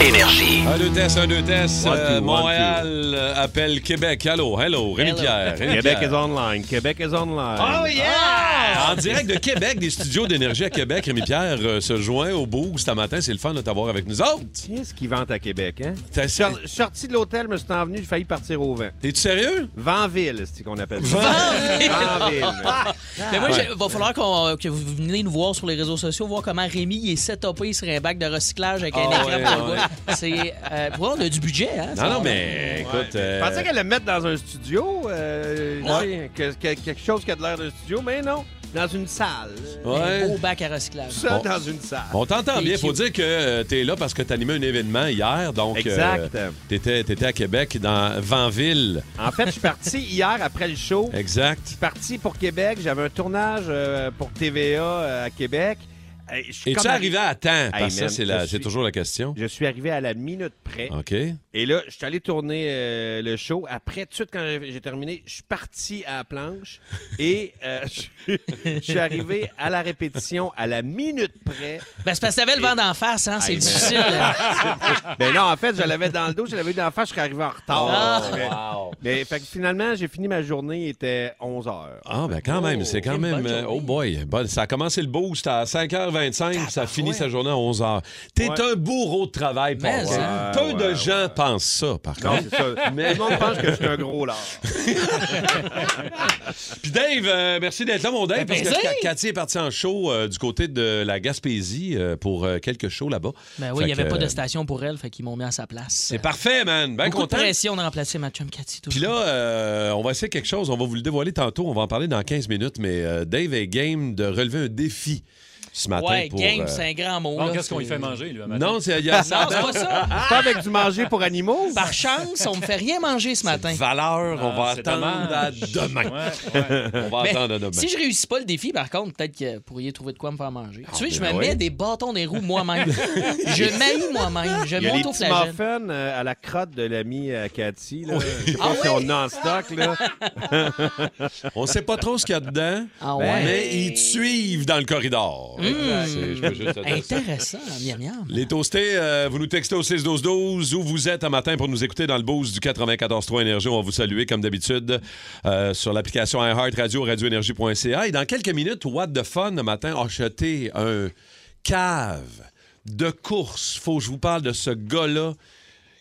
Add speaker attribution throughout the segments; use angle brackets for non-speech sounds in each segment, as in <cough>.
Speaker 1: Énergie.
Speaker 2: Un, deux tests, un, deux tests.
Speaker 3: One, two,
Speaker 2: Euh,
Speaker 3: one,
Speaker 2: Montréal euh, appelle Québec. Allô, hello, Rémi Pierre. Rémi
Speaker 3: Québec
Speaker 2: Pierre.
Speaker 3: is
Speaker 2: Oh,
Speaker 3: online. Québec is online. Ah!
Speaker 2: En direct de Québec, des studios d'énergie à Québec, Rémi Pierre euh, se joint au Boost ce matin. C'est le fun de t'avoir avec nous autres.
Speaker 3: Qu'est-ce qu'ils vendent à Québec, hein?
Speaker 2: T'es
Speaker 3: Sor- Sorti de l'hôtel, me suis envenu, j'ai failli partir au vent.
Speaker 2: t'es-tu sérieux?
Speaker 3: Vanville, c'est qu'on appelle ça.
Speaker 4: <laughs>
Speaker 2: Ah,
Speaker 3: Vanville.
Speaker 4: Mais moi, il va falloir qu'on- que vous venez nous voir sur les réseaux sociaux, voir comment Rémi il est setupé sur un bac de recyclage avec un
Speaker 2: Ah,
Speaker 4: écran
Speaker 2: ouais,
Speaker 4: pour le
Speaker 2: ouais.
Speaker 4: voir. C'est. euh, pour vrai, on a du budget, hein?
Speaker 2: Non, non, mais
Speaker 3: Ouais.
Speaker 2: écoute. euh,
Speaker 3: Je pensais qu'elle le mettre dans un studio, euh,
Speaker 4: Non.
Speaker 3: tu sais, que- que- quelque chose qui a de l'air d'un studio, mais non, dans une salle.
Speaker 2: ouais.
Speaker 4: Un beau bac à recyclage.
Speaker 3: Tout ça
Speaker 2: Bon.
Speaker 3: dans une salle.
Speaker 2: On t'entend bien.
Speaker 4: Thank
Speaker 2: Faut
Speaker 4: you.
Speaker 2: dire que euh, t'es là parce que t'animais un événement hier. Donc,
Speaker 3: Exact.
Speaker 2: euh, t'étais, t'étais à Québec, dans Vanville.
Speaker 3: En fait, je suis parti hier après le show.
Speaker 2: Exact.
Speaker 3: parti pour Québec. J'avais un tournage euh, pour TVA euh, à Québec. Et je suis
Speaker 2: Es-tu
Speaker 3: comme
Speaker 2: arrivé à temps? Parce
Speaker 3: Hey,
Speaker 2: que ça,
Speaker 3: man,
Speaker 2: c'est,
Speaker 3: je
Speaker 2: la-
Speaker 3: suis-
Speaker 2: c'est toujours la question.
Speaker 3: Je suis arrivé à la minute près.
Speaker 2: OK.
Speaker 3: Et là, je suis allé tourner euh, le show. Après, tout de suite, quand j'ai- j'ai terminé, je suis parti à la planche. Et euh, <laughs> je suis- je suis arrivé à la répétition à la minute près.
Speaker 4: Ben, c'est parce que t'avais le vent d'en face, hein? C'est
Speaker 3: Aïe, mais-
Speaker 4: difficile.
Speaker 3: <laughs> Ben non, en fait, je l'avais dans le dos, je l'avais eu dans la face, je suis arrivé en retard.
Speaker 4: Ah.
Speaker 3: Mais- Mais fait que finalement, j'ai fini ma journée, il était 11 h
Speaker 2: Ah, ben quand même, c'est quand
Speaker 4: Oh, quelle
Speaker 2: même.
Speaker 4: bonne
Speaker 2: euh,
Speaker 4: journée. Ah,
Speaker 2: Oh boy. Bon, ça a commencé le boost à 5h25,
Speaker 4: bah
Speaker 2: ça finit sa journée à 11h. T'es
Speaker 3: Ouais.
Speaker 2: un bourreau de travail, pour
Speaker 4: Mais,
Speaker 2: moi.
Speaker 3: hein.
Speaker 2: Peu
Speaker 3: Ouais,
Speaker 2: de
Speaker 3: ouais,
Speaker 2: gens pensent ça, par
Speaker 3: Non,
Speaker 2: contre.
Speaker 3: c'est ça. Mais... Tout le monde pense que je suis un gros lard.
Speaker 2: <laughs> Puis Dave, euh, merci d'être là, mon Dave,
Speaker 4: Ça
Speaker 2: parce
Speaker 4: fait
Speaker 2: que
Speaker 4: plaisir.
Speaker 2: Ka- Cathy est partie en show euh, du côté de la Gaspésie euh, pour euh, quelques shows là-bas.
Speaker 4: Ben oui,
Speaker 2: Fait
Speaker 4: il n'y avait
Speaker 2: que,
Speaker 4: pas
Speaker 2: euh,
Speaker 4: de station pour elle, fait qu'ils m'ont mis à sa place.
Speaker 2: C'est parfait, man. Ben
Speaker 4: Beaucoup
Speaker 2: content.
Speaker 4: de pression de remplacer ma chum Cathy.
Speaker 2: Puis
Speaker 4: toujours.
Speaker 2: là, euh, on va essayer quelque chose. On va vous le dévoiler tantôt. On va en parler dans 15 minutes. Mais euh, Dave est game de relever un défi ce matin.
Speaker 4: ouais,
Speaker 2: pour,
Speaker 4: game,
Speaker 2: euh,
Speaker 4: c'est un grand mot.
Speaker 5: Bon,
Speaker 4: là,
Speaker 5: qu'est-ce qu'on
Speaker 4: c'est-
Speaker 5: lui fait manger, lui, à matin?
Speaker 2: Non, c'est il y
Speaker 4: Non,
Speaker 2: a
Speaker 4: c'est pas ça.
Speaker 3: C'est pas avec du manger pour animaux?
Speaker 4: <laughs> Par chance, on me fait rien manger ce matin.
Speaker 2: valeur. on va
Speaker 5: Ah, c'est
Speaker 2: attendre à
Speaker 5: dommage.
Speaker 2: demain.
Speaker 5: Ouais, ouais.
Speaker 2: On va
Speaker 4: Mais
Speaker 2: attendre à demain.
Speaker 4: Si je réussis pas le défi, par contre, peut-être que vous pourriez trouver de quoi me faire manger. tu sais, je
Speaker 2: ben
Speaker 4: me
Speaker 2: oui.
Speaker 4: mets des bâtons des roues
Speaker 2: <laughs>
Speaker 4: moi-même. je maille moi-même. Je
Speaker 3: Il y a les
Speaker 4: monte au
Speaker 3: petits
Speaker 4: flagelle.
Speaker 3: muffins euh, à la crotte de l'ami euh, Cathy. Là. Je sais pas
Speaker 4: Ah
Speaker 3: si
Speaker 4: oui?
Speaker 3: on en stock. Là.
Speaker 2: <laughs> On sait pas trop ce qu'il y a dedans,
Speaker 4: Ah
Speaker 3: Ben,
Speaker 4: ouais.
Speaker 2: mais ils te suivent dans le corridor. C'est- je peux juste te dire ça.
Speaker 4: Intéressant, miam miam.
Speaker 2: Les toastés, euh, vous nous textez au 6-12-12 où vous êtes un matin pour nous écouter dans le boost du 94.3 Énergie. On va vous saluer comme d'habitude euh, sur l'application iHeart Radio, radioénergie.ca. Et dans quelques minutes, What the Fun, le matin, a acheté un cave de course. Faut que je vous parle de ce gars-là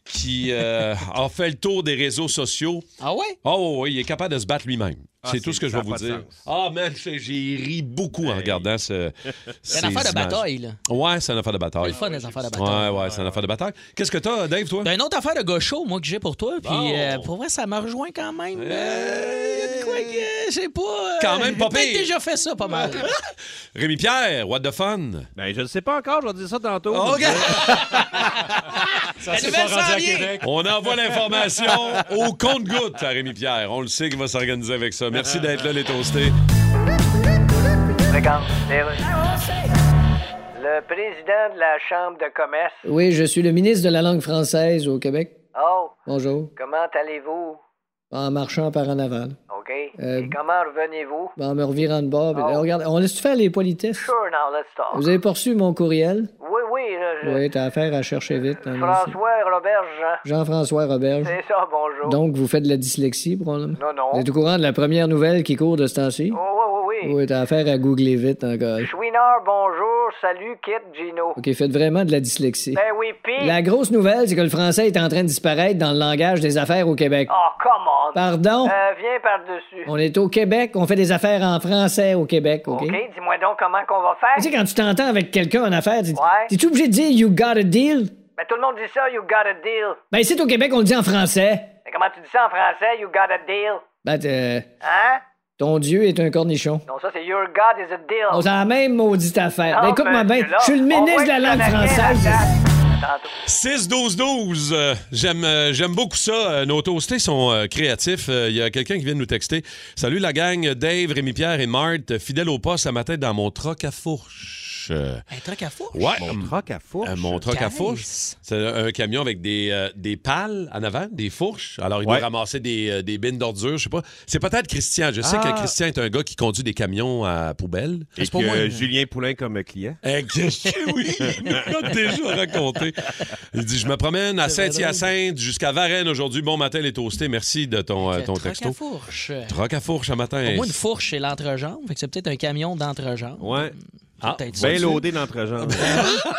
Speaker 2: qui euh, a fait le tour des réseaux sociaux.
Speaker 4: Ah ouais?
Speaker 2: Oh oui, il est capable de se battre lui-même. c'est tout
Speaker 3: Ah, c'est-
Speaker 2: ce que je
Speaker 3: ça
Speaker 2: vais
Speaker 3: a
Speaker 2: vous
Speaker 3: pas de
Speaker 2: dire.
Speaker 3: sens.
Speaker 2: Ah, man, c'est- j'ai ri beaucoup en regardant ce.
Speaker 4: C'est une affaire de bataille, là.
Speaker 2: Ouais, c'est une affaire de
Speaker 4: C'est
Speaker 2: bataille.
Speaker 4: le fun, les affaires de bataille.
Speaker 2: Ouais, ouais, c'est une affaire de bataille. Qu'est-ce que t'as, Dave, toi?
Speaker 4: Ben, une autre affaire de gaucho, moi, que j'ai pour toi. Puis,
Speaker 2: Bon.
Speaker 4: euh, pour vrai, ça me rejoint quand même. Euh,
Speaker 2: Hey.
Speaker 4: y a de quoi que, je sais pas. euh,
Speaker 2: Quand même pas
Speaker 4: j'ai peut-être
Speaker 2: pire.
Speaker 4: déjà fait ça pas mal.
Speaker 2: <laughs> Rémi Pierre, what the fun?
Speaker 3: Ben, je ne sais pas encore, je vais dire ça tantôt. <laughs>
Speaker 2: OK. <laughs>
Speaker 5: Ça s'est
Speaker 4: nouvelle
Speaker 5: pas rendu
Speaker 4: s'en
Speaker 5: à
Speaker 4: vient.
Speaker 5: Québec.
Speaker 2: On envoie l'information au compte-goutte à Rémi Pierre. On le sait qu'il va s'organiser avec ça. Merci d'être là, les toastés.
Speaker 6: Le président de la Chambre de commerce.
Speaker 7: Oui, je suis le ministre de la langue française au Québec.
Speaker 6: Oh,
Speaker 7: Bonjour.
Speaker 6: comment allez-vous?
Speaker 7: En marchant par en avant, là.
Speaker 6: OK.
Speaker 7: Euh,
Speaker 6: Et comment revenez-vous?
Speaker 7: en me revirant de bord. puis-
Speaker 6: Ah.
Speaker 7: Regarde, on laisse-tu faire les politesses?
Speaker 6: Sure, now let's talk.
Speaker 7: Vous avez pas reçu mon courriel?
Speaker 6: Oui, oui, là, je-
Speaker 7: Oui, t'as affaire à chercher vite. hein, ici.
Speaker 6: François Robert Jean.
Speaker 7: Jean-François Roberge.
Speaker 6: C'est ça, bonjour.
Speaker 7: Donc, vous faites de la dyslexie, probablement?
Speaker 6: Non, non.
Speaker 7: Vous êtes au courant de la première nouvelle qui court de ce temps-ci?
Speaker 6: Oh, oui, oui, oui.
Speaker 7: Oui, t'as affaire à googler vite encore.
Speaker 6: Chouinard, bonjour. Salut, Kit, Gino.
Speaker 7: OK, faites vraiment de la dyslexie.
Speaker 6: Ben oui, pis.
Speaker 7: La grosse nouvelle, c'est que le français est en train de disparaître dans le langage des affaires au Québec.
Speaker 6: Oh, come on.
Speaker 7: Pardon?
Speaker 6: Euh, viens par-dessus.
Speaker 7: On est au Québec, on fait des affaires en français au Québec, OK?
Speaker 6: OK, dis-moi donc comment qu'on va faire.
Speaker 7: Tu sais, quand tu t'entends avec quelqu'un en affaires, tu
Speaker 6: Ouais.
Speaker 7: tu obligé de dire You got a deal?
Speaker 6: Ben, tout le monde dit ça, you got a deal.
Speaker 7: Ben, ici, au Québec, on le dit en français.
Speaker 6: Mais comment tu dis ça en français, you got a deal?
Speaker 7: Ben, t'es-
Speaker 6: Hein?
Speaker 7: ton Dieu est un cornichon.
Speaker 6: Non, ça, c'est your God is a deal.
Speaker 7: On s'en la même maudite affaire.
Speaker 6: Non,
Speaker 7: ben, écoute-moi
Speaker 6: monsieur,
Speaker 7: bien,
Speaker 6: là,
Speaker 7: je suis le
Speaker 6: on voit
Speaker 7: ministre
Speaker 6: que
Speaker 7: de la
Speaker 6: tu
Speaker 7: langue
Speaker 6: connais rien
Speaker 7: française.
Speaker 6: là-dedans. tantôt.
Speaker 2: 6-12-12. euh, j'aime, euh, j'aime beaucoup ça. Euh, nos toastés sont euh, créatifs. Euh, Il y a quelqu'un qui vient de nous texter. Salut la gang, Dave, Rémi-Pierre et Marthe. Fidèle au poste à ma tête dans mon troc à fourche. Euh,
Speaker 4: Un truc à four.
Speaker 2: ouais.
Speaker 3: Mon troc à fourche.
Speaker 2: Euh, mon troc à
Speaker 4: Guys.
Speaker 2: fourche. C'est un un camion avec des, euh, des pales en avant, des fourches. Alors, il
Speaker 3: Ouais.
Speaker 2: doit ramasser des, euh, des bines d'ordures, je sais pas. C'est peut-être Christian. Je sais
Speaker 3: Ah.
Speaker 2: que Christian est un gars qui conduit des camions à poubelle.
Speaker 3: Et
Speaker 4: pas
Speaker 3: que
Speaker 4: moi.
Speaker 3: Julien Poulain comme client.
Speaker 2: Eh, que- hein. <laughs> oui, il me l'a déjà raconté. Il dit Je me promène à
Speaker 4: C'est vrai
Speaker 2: Saint-Hyacinthe jusqu'à Varennes aujourd'hui. Bon matin, les toastés. Merci de ton, euh,
Speaker 4: Fait que
Speaker 2: ton
Speaker 4: truc à
Speaker 2: texto.
Speaker 4: fourche.
Speaker 2: Troc à fourche ce matin.
Speaker 4: Pour moi, une fourche, c'est l'entrejambe. Fait que c'est peut-être un camion d'entrejambe.
Speaker 3: Ouais.
Speaker 2: Ah,
Speaker 4: Peut-être ça.
Speaker 3: Bien loadé d'entre-gens.
Speaker 4: Ah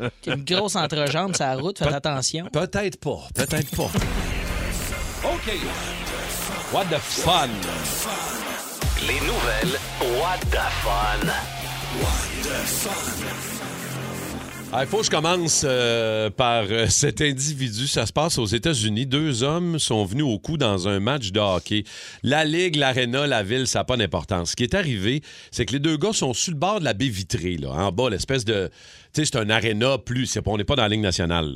Speaker 4: ben Une grosse entrejambe sur la route, faites attention.
Speaker 2: Peut-être pas. Peut-être pas. OK. What the fun.
Speaker 1: Les nouvelles What the Fun.
Speaker 2: Ah, Il faut que je commence euh, par euh, <laughs> cet individu. Ça se passe aux États-Unis. Deux hommes sont venus au coup dans un match de hockey. La ligue, l'aréna, la ville, ça n'a pas d'importance. Ce qui est arrivé, c'est que les deux gars sont sur le bord de la baie vitrée, là, en bas, l'espèce de. Tu sais, c'est un aréna plus. c'est pas- on n'est pas dans la ligue nationale.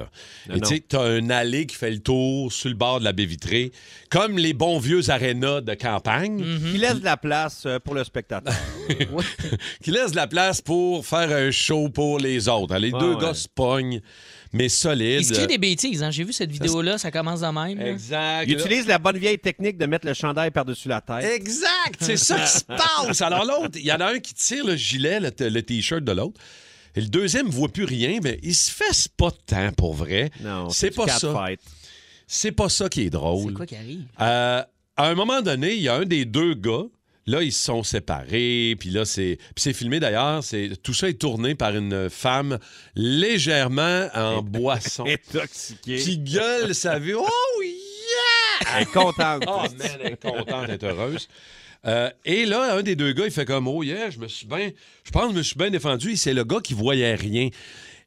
Speaker 2: là. Et tu sais, t'as un allée qui fait le tour sur le bord de la baie vitrée, comme les bons vieux arénas de campagne.
Speaker 3: Il laisse de Mhm. la place euh, pour le
Speaker 2: <laughs>
Speaker 3: spectateur.
Speaker 2: qui laisse de la place pour faire un show pour les autres. Hein, Les
Speaker 3: Ah
Speaker 2: deux
Speaker 3: ouais.
Speaker 2: gars se pognent, mais solides.
Speaker 4: Il se crée des bêtises. Hein. J'ai vu cette vidéo-là, ça commence de même. là.
Speaker 2: Exact.
Speaker 3: Il <laughs> utilise la bonne vieille technique de mettre le chandail par-dessus la tête.
Speaker 2: Exact. C'est ça
Speaker 4: <laughs>
Speaker 2: <laughs> qui se passe. Alors l'autre, il y en a un qui tire le gilet, le, t- le t-shirt de l'autre. Et le deuxième ne voit plus rien, mais il se fesse pas tant pour vrai.
Speaker 3: Non,
Speaker 2: c'est
Speaker 3: du
Speaker 2: pas ça.
Speaker 3: catfight.
Speaker 2: C'est pas ça qui est drôle.
Speaker 4: C'est quoi qui arrive?
Speaker 2: Euh, à un moment donné, il y a un des deux gars. Là, ils se sont séparés, puis là, c'est puis c'est filmé d'ailleurs. c'est- Tout ça est tourné par une femme légèrement en boisson
Speaker 3: Intoxiqué.
Speaker 2: qui gueule sa vie. Oh yeah!
Speaker 3: Elle est contente.
Speaker 2: Oh man, elle
Speaker 3: <laughs>
Speaker 2: est contente, elle est heureuse. Euh, et là, un des deux gars, il fait comme Oh yeah, je me suis bien. Je pense que je me suis bien défendu. Et c'est le gars qui voyait rien.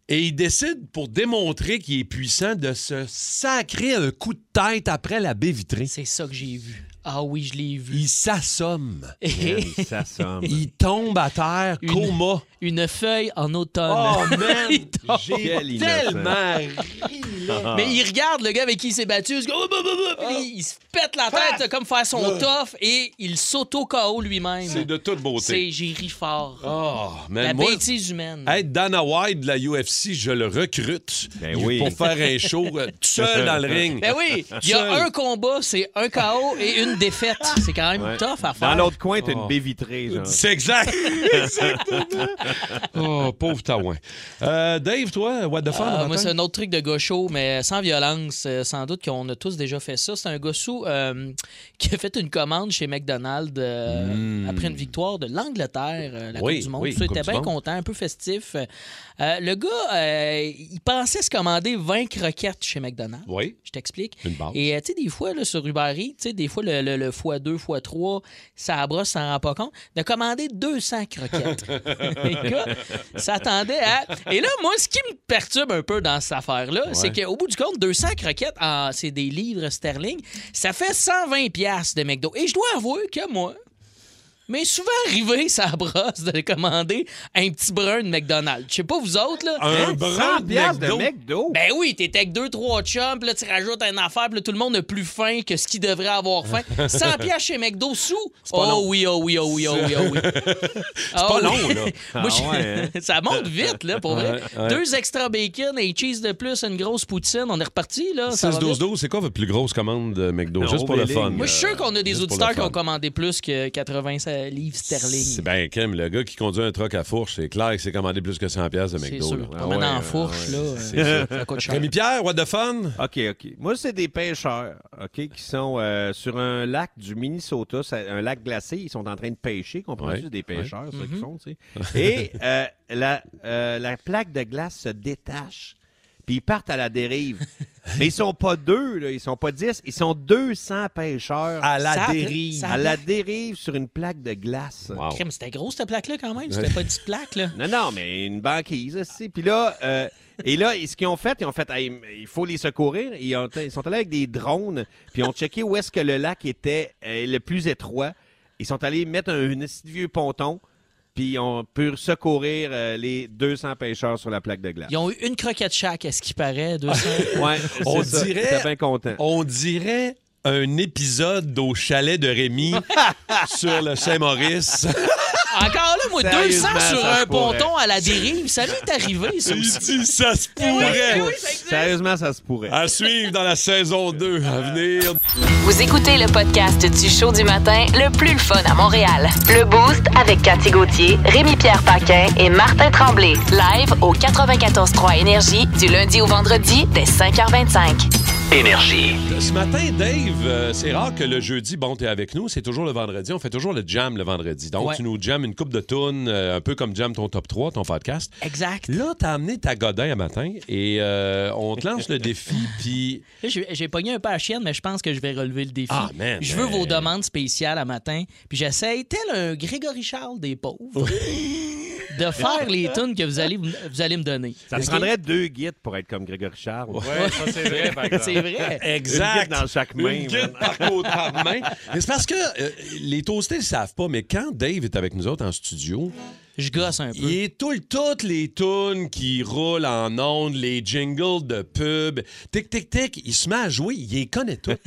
Speaker 2: Et il décide, pour démontrer qu'il est puissant, de se sacrer un coup de tête après la baie vitrée.
Speaker 4: C'est ça que j'ai vu. Ah oui, je l'ai vu.
Speaker 2: Il s'assomme.
Speaker 4: <laughs>
Speaker 3: Elle s'assomme.
Speaker 2: Il tombe à terre,
Speaker 4: Une-
Speaker 2: coma. Oh,
Speaker 4: Une feuille en automne. <laughs> Il tombe.
Speaker 3: Quel
Speaker 2: J'ai
Speaker 3: innocent.
Speaker 2: tellement ri. là.
Speaker 4: <laughs>
Speaker 2: Ah.
Speaker 4: Mais il regarde le gars avec qui il s'est battu, il se, dit, Oh, bah, bah, bah, puis il- il se pète la tête là, comme faire son tof et il s'auto-KO lui-même.
Speaker 2: C'est de toute beauté.
Speaker 4: C'est j'ai ri fort.
Speaker 2: Oh, man,
Speaker 4: la
Speaker 2: moi,
Speaker 4: bêtise humaine.
Speaker 2: être Dana White de la UFC, je le recrute
Speaker 3: Ben oui.
Speaker 2: pour faire un show euh, tout
Speaker 3: <laughs>
Speaker 2: seul dans le ring.
Speaker 4: Ben oui, il y a
Speaker 2: Seul.
Speaker 4: un combat, c'est un KO et une défaite. C'est quand même
Speaker 3: Ouais.
Speaker 4: tough à
Speaker 3: Dans
Speaker 4: faire.
Speaker 3: l'autre coin, t'as
Speaker 2: Oh.
Speaker 3: une baie vitrée. Genre.
Speaker 2: C'est
Speaker 3: <laughs>
Speaker 2: exact. Exactement. <laughs> oh, pauvre Taouin. Euh, Dave, toi, what the fuck?
Speaker 4: Ah,
Speaker 2: le
Speaker 4: moi,
Speaker 2: matin?
Speaker 4: c'est un autre truc de gaucho, mais sans violence. Euh, Sans doute qu'on a tous déjà fait ça. C'est un gossou euh, qui a fait une commande chez McDonald's euh,
Speaker 2: Mm.
Speaker 4: après une victoire de l'Angleterre, euh, la
Speaker 2: Oui,
Speaker 4: Coupe du Monde.
Speaker 2: oui,
Speaker 4: ça, il
Speaker 2: Coupe
Speaker 4: était
Speaker 2: du
Speaker 4: bien
Speaker 2: Monde.
Speaker 4: content, un peu festif. Euh, le gars, euh, il pensait se commander 20 croquettes chez McDonald's.
Speaker 2: Oui,
Speaker 4: Je t'explique.
Speaker 2: une barre.
Speaker 4: Et euh, tu sais, des fois, là, sur Uber Eats, tu sais, des fois, le, le, le x2, x3, ça brosse, ça rend pas compte, de commander 200
Speaker 2: <laughs>
Speaker 4: croquettes. Les gars s'attendaient à. Et là, moi, ce qui me perturbe un peu dans cette affaire-là, c'est qu'au bout du compte, 200 croquettes, en- c'est des livres sterling, ça fait 120$ piastres de McDo. Et je dois avouer que moi, mais souvent arrivé, <laughs> ça brosse de commander un petit brun de McDonald's. Je sais pas vous autres, là. Hein?
Speaker 2: Un brin
Speaker 3: 100
Speaker 2: de
Speaker 3: piastres
Speaker 2: McDo.
Speaker 3: de McDo.
Speaker 4: Ben oui, t'es avec deux, trois chums, puis là, tu rajoutes un affaire, puis là, tout le monde a plus faim que ce qu'il devrait avoir
Speaker 2: <laughs>
Speaker 4: faim. 100 piastres chez McDo sous.
Speaker 2: pas
Speaker 4: oh
Speaker 2: long.
Speaker 4: oui, Ah oh oui, oh oui, oh oui, oh oui. C'est
Speaker 2: pas long, là.
Speaker 4: Oh, <laughs> Moi, je-
Speaker 3: Ah ouais,
Speaker 4: ça monte vite, là, pour vrai.
Speaker 2: Ouais, ouais.
Speaker 4: Deux extra bacon, un cheese de plus, une grosse poutine. On est reparti, là. ça va vite.
Speaker 2: 6-12-12, c'est quoi votre plus grosse commande de McDo?
Speaker 3: Non,
Speaker 2: Juste pour le
Speaker 3: Obélix.
Speaker 2: fun. euh,
Speaker 4: Moi, je suis sûr qu'on a des
Speaker 2: Juste pour
Speaker 4: auditeurs
Speaker 2: le
Speaker 4: qui ont
Speaker 2: fun.
Speaker 4: commandé plus que 80 livres sterling.
Speaker 2: euh, C'est bien, Kim, le gars qui conduit un truck à fourche, c'est clair qu'il s'est commandé plus que 100$ piastres de
Speaker 4: C'est
Speaker 2: McDo. là. Ah
Speaker 4: sûr. Pas maintenant en fourche, là. euh, Ça coûte cher.
Speaker 2: Rémi-Pierre, what the fun?
Speaker 3: OK, OK. Moi, c'est des pêcheurs, OK, qui sont euh, sur un lac du Minnesota, ça- un lac glacé. Ils sont en train de pêcher, comprends-tu?
Speaker 2: Ouais,
Speaker 3: des pêcheurs, ceux
Speaker 4: Mhm.
Speaker 3: qui sont, tu sais. Et euh, la, euh, la plaque de glace se détache, puis ils partent à la dérive.
Speaker 2: <laughs>
Speaker 3: Mais ils sont pas deux, là, ils sont pas dix, ils sont 200 pêcheurs
Speaker 2: À la
Speaker 4: Ça-
Speaker 2: dérive.
Speaker 4: ça-
Speaker 3: à la dérive sur une plaque de glace.
Speaker 2: Wow.
Speaker 4: Crème, C'était gros, cette plaque-là, quand <laughs> même. C'était pas une petite plaque, là.
Speaker 3: Non, non, mais une banquise, aussi. Puis là, euh, et là, et ce qu'ils ont fait, ils ont fait, Hey, il faut les secourir. Ils, ont- ils sont allés avec des drones, puis ils ont checké où est-ce que le lac était euh, le plus étroit. Ils sont allés mettre un, un petit vieux ponton, Puis on peut secourir euh, les 200 pêcheurs sur la plaque de glace.
Speaker 4: Ils ont eu une croquette chaque, à ce qui paraît. 200.
Speaker 2: <laughs>
Speaker 3: Ouais,
Speaker 2: On
Speaker 3: c'est ça.
Speaker 2: dirait-
Speaker 3: <laughs> J'étais bien content.
Speaker 2: On dirait un épisode au chalet de
Speaker 3: <laughs>
Speaker 2: Rémi sur le Saint-Maurice.
Speaker 4: Encore là, moi, 200
Speaker 3: Sérieusement,
Speaker 4: sur
Speaker 3: ça
Speaker 4: un
Speaker 3: se pourrait.
Speaker 4: ponton à la dérive. Ça lui est arrivé,
Speaker 2: <laughs>
Speaker 4: ça
Speaker 2: Il
Speaker 4: aussi. Ben
Speaker 2: dit ça se pourrait.
Speaker 3: Sérieusement, ça se pourrait.
Speaker 2: À suivre dans la saison 2 à venir.
Speaker 8: Vous écoutez le podcast du show du matin le plus le fun à Montréal. Le Boost avec Cathy Gauthier, Rémi-Pierre Paquin et Martin Tremblay. Live au 94.3 Énergie du lundi au vendredi dès 5h25.
Speaker 1: Énergie.
Speaker 2: Ce matin, Dave, euh, c'est rare que le jeudi, bon, t'es avec nous, c'est toujours le vendredi. On fait toujours le jam le vendredi. Donc,
Speaker 4: Ouais.
Speaker 2: tu nous jam une coupe de tunes, euh, un peu comme jam ton top 3, ton podcast.
Speaker 4: Exact. Là,
Speaker 2: Là, t'as amené ta Godin à matin et euh, on te lance le défi, <laughs> puis
Speaker 4: J'ai j'ai pogné un peu à chienne, mais je pense que je vais relever le défi.
Speaker 2: Ah, man,
Speaker 4: je veux
Speaker 2: mais-
Speaker 4: vos demandes spéciales à matin. Puis j'essaye, tel un Grégory Charles des pauvres, de faire les tunes que vous allez, vous allez me donner.
Speaker 3: Ça me prendrait deux guides pour être comme Grégory Charles.
Speaker 5: Ouais, ça, c'est vrai, par exemple.
Speaker 4: <laughs> C'est vrai.
Speaker 2: <laughs> Exact.
Speaker 3: Une guide dans chaque main,
Speaker 2: Une guide
Speaker 3: man.
Speaker 2: par
Speaker 3: <laughs>
Speaker 2: côté par main. Mais c'est parce que euh, les toastés ne savent pas, mais quand Dave est avec nous autres en studio,
Speaker 4: Je gosse un peu.
Speaker 2: il est tout le toutes les tunes qui roulent en ondes, les jingles de pub. Tic tic tic, il se met à jouer, il les
Speaker 3: <laughs>
Speaker 2: connaît toutes.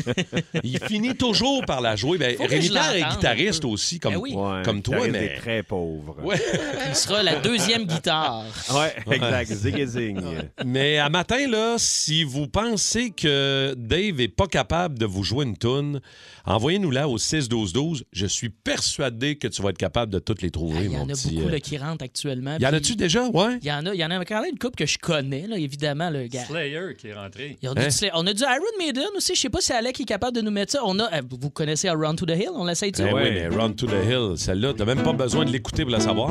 Speaker 2: il finit toujours par la jouer. Ben,
Speaker 4: Faut que
Speaker 2: Rémi
Speaker 4: je
Speaker 2: Pierre est
Speaker 4: l'entende un
Speaker 2: guitariste
Speaker 4: peu.
Speaker 2: aussi comme,
Speaker 4: Ben oui.
Speaker 3: Ouais,
Speaker 2: comme toi,
Speaker 3: Thérèse
Speaker 2: mais
Speaker 3: est très pauvre.
Speaker 2: Ouais.
Speaker 4: Il sera la deuxième guitare.
Speaker 3: Ouais, <laughs> exact. Zig et zing.
Speaker 2: Mais à matin, là, si vous pensez que Dave est pas capable de vous jouer une toune, envoyez-nous là au 6-12-12. Je suis persuadé que tu vas être capable de toutes les trouver,
Speaker 4: Ah, il y
Speaker 2: mon
Speaker 4: en a
Speaker 2: petit.
Speaker 4: beaucoup
Speaker 2: euh.
Speaker 4: là, qui rentrent actuellement.
Speaker 2: Il y en
Speaker 4: puis
Speaker 2: a-tu déjà? Ouais.
Speaker 4: Il y en a, il y en a quand même une couple que je connais, là, évidemment, le gars.
Speaker 5: Slayer qui est rentré.
Speaker 4: Et On, a
Speaker 2: Hein?
Speaker 4: du Slayer. On a du Iron Maiden aussi. Je sais pas si Alec est capable de nous mettre ça. On a, euh, vous connaissez Around to the Hill? On l'essaye-tu?
Speaker 2: Eh oui,
Speaker 3: Ouais.
Speaker 2: mais Run to the Hill, celle-là, t'as même pas besoin de l'écouter pour la savoir.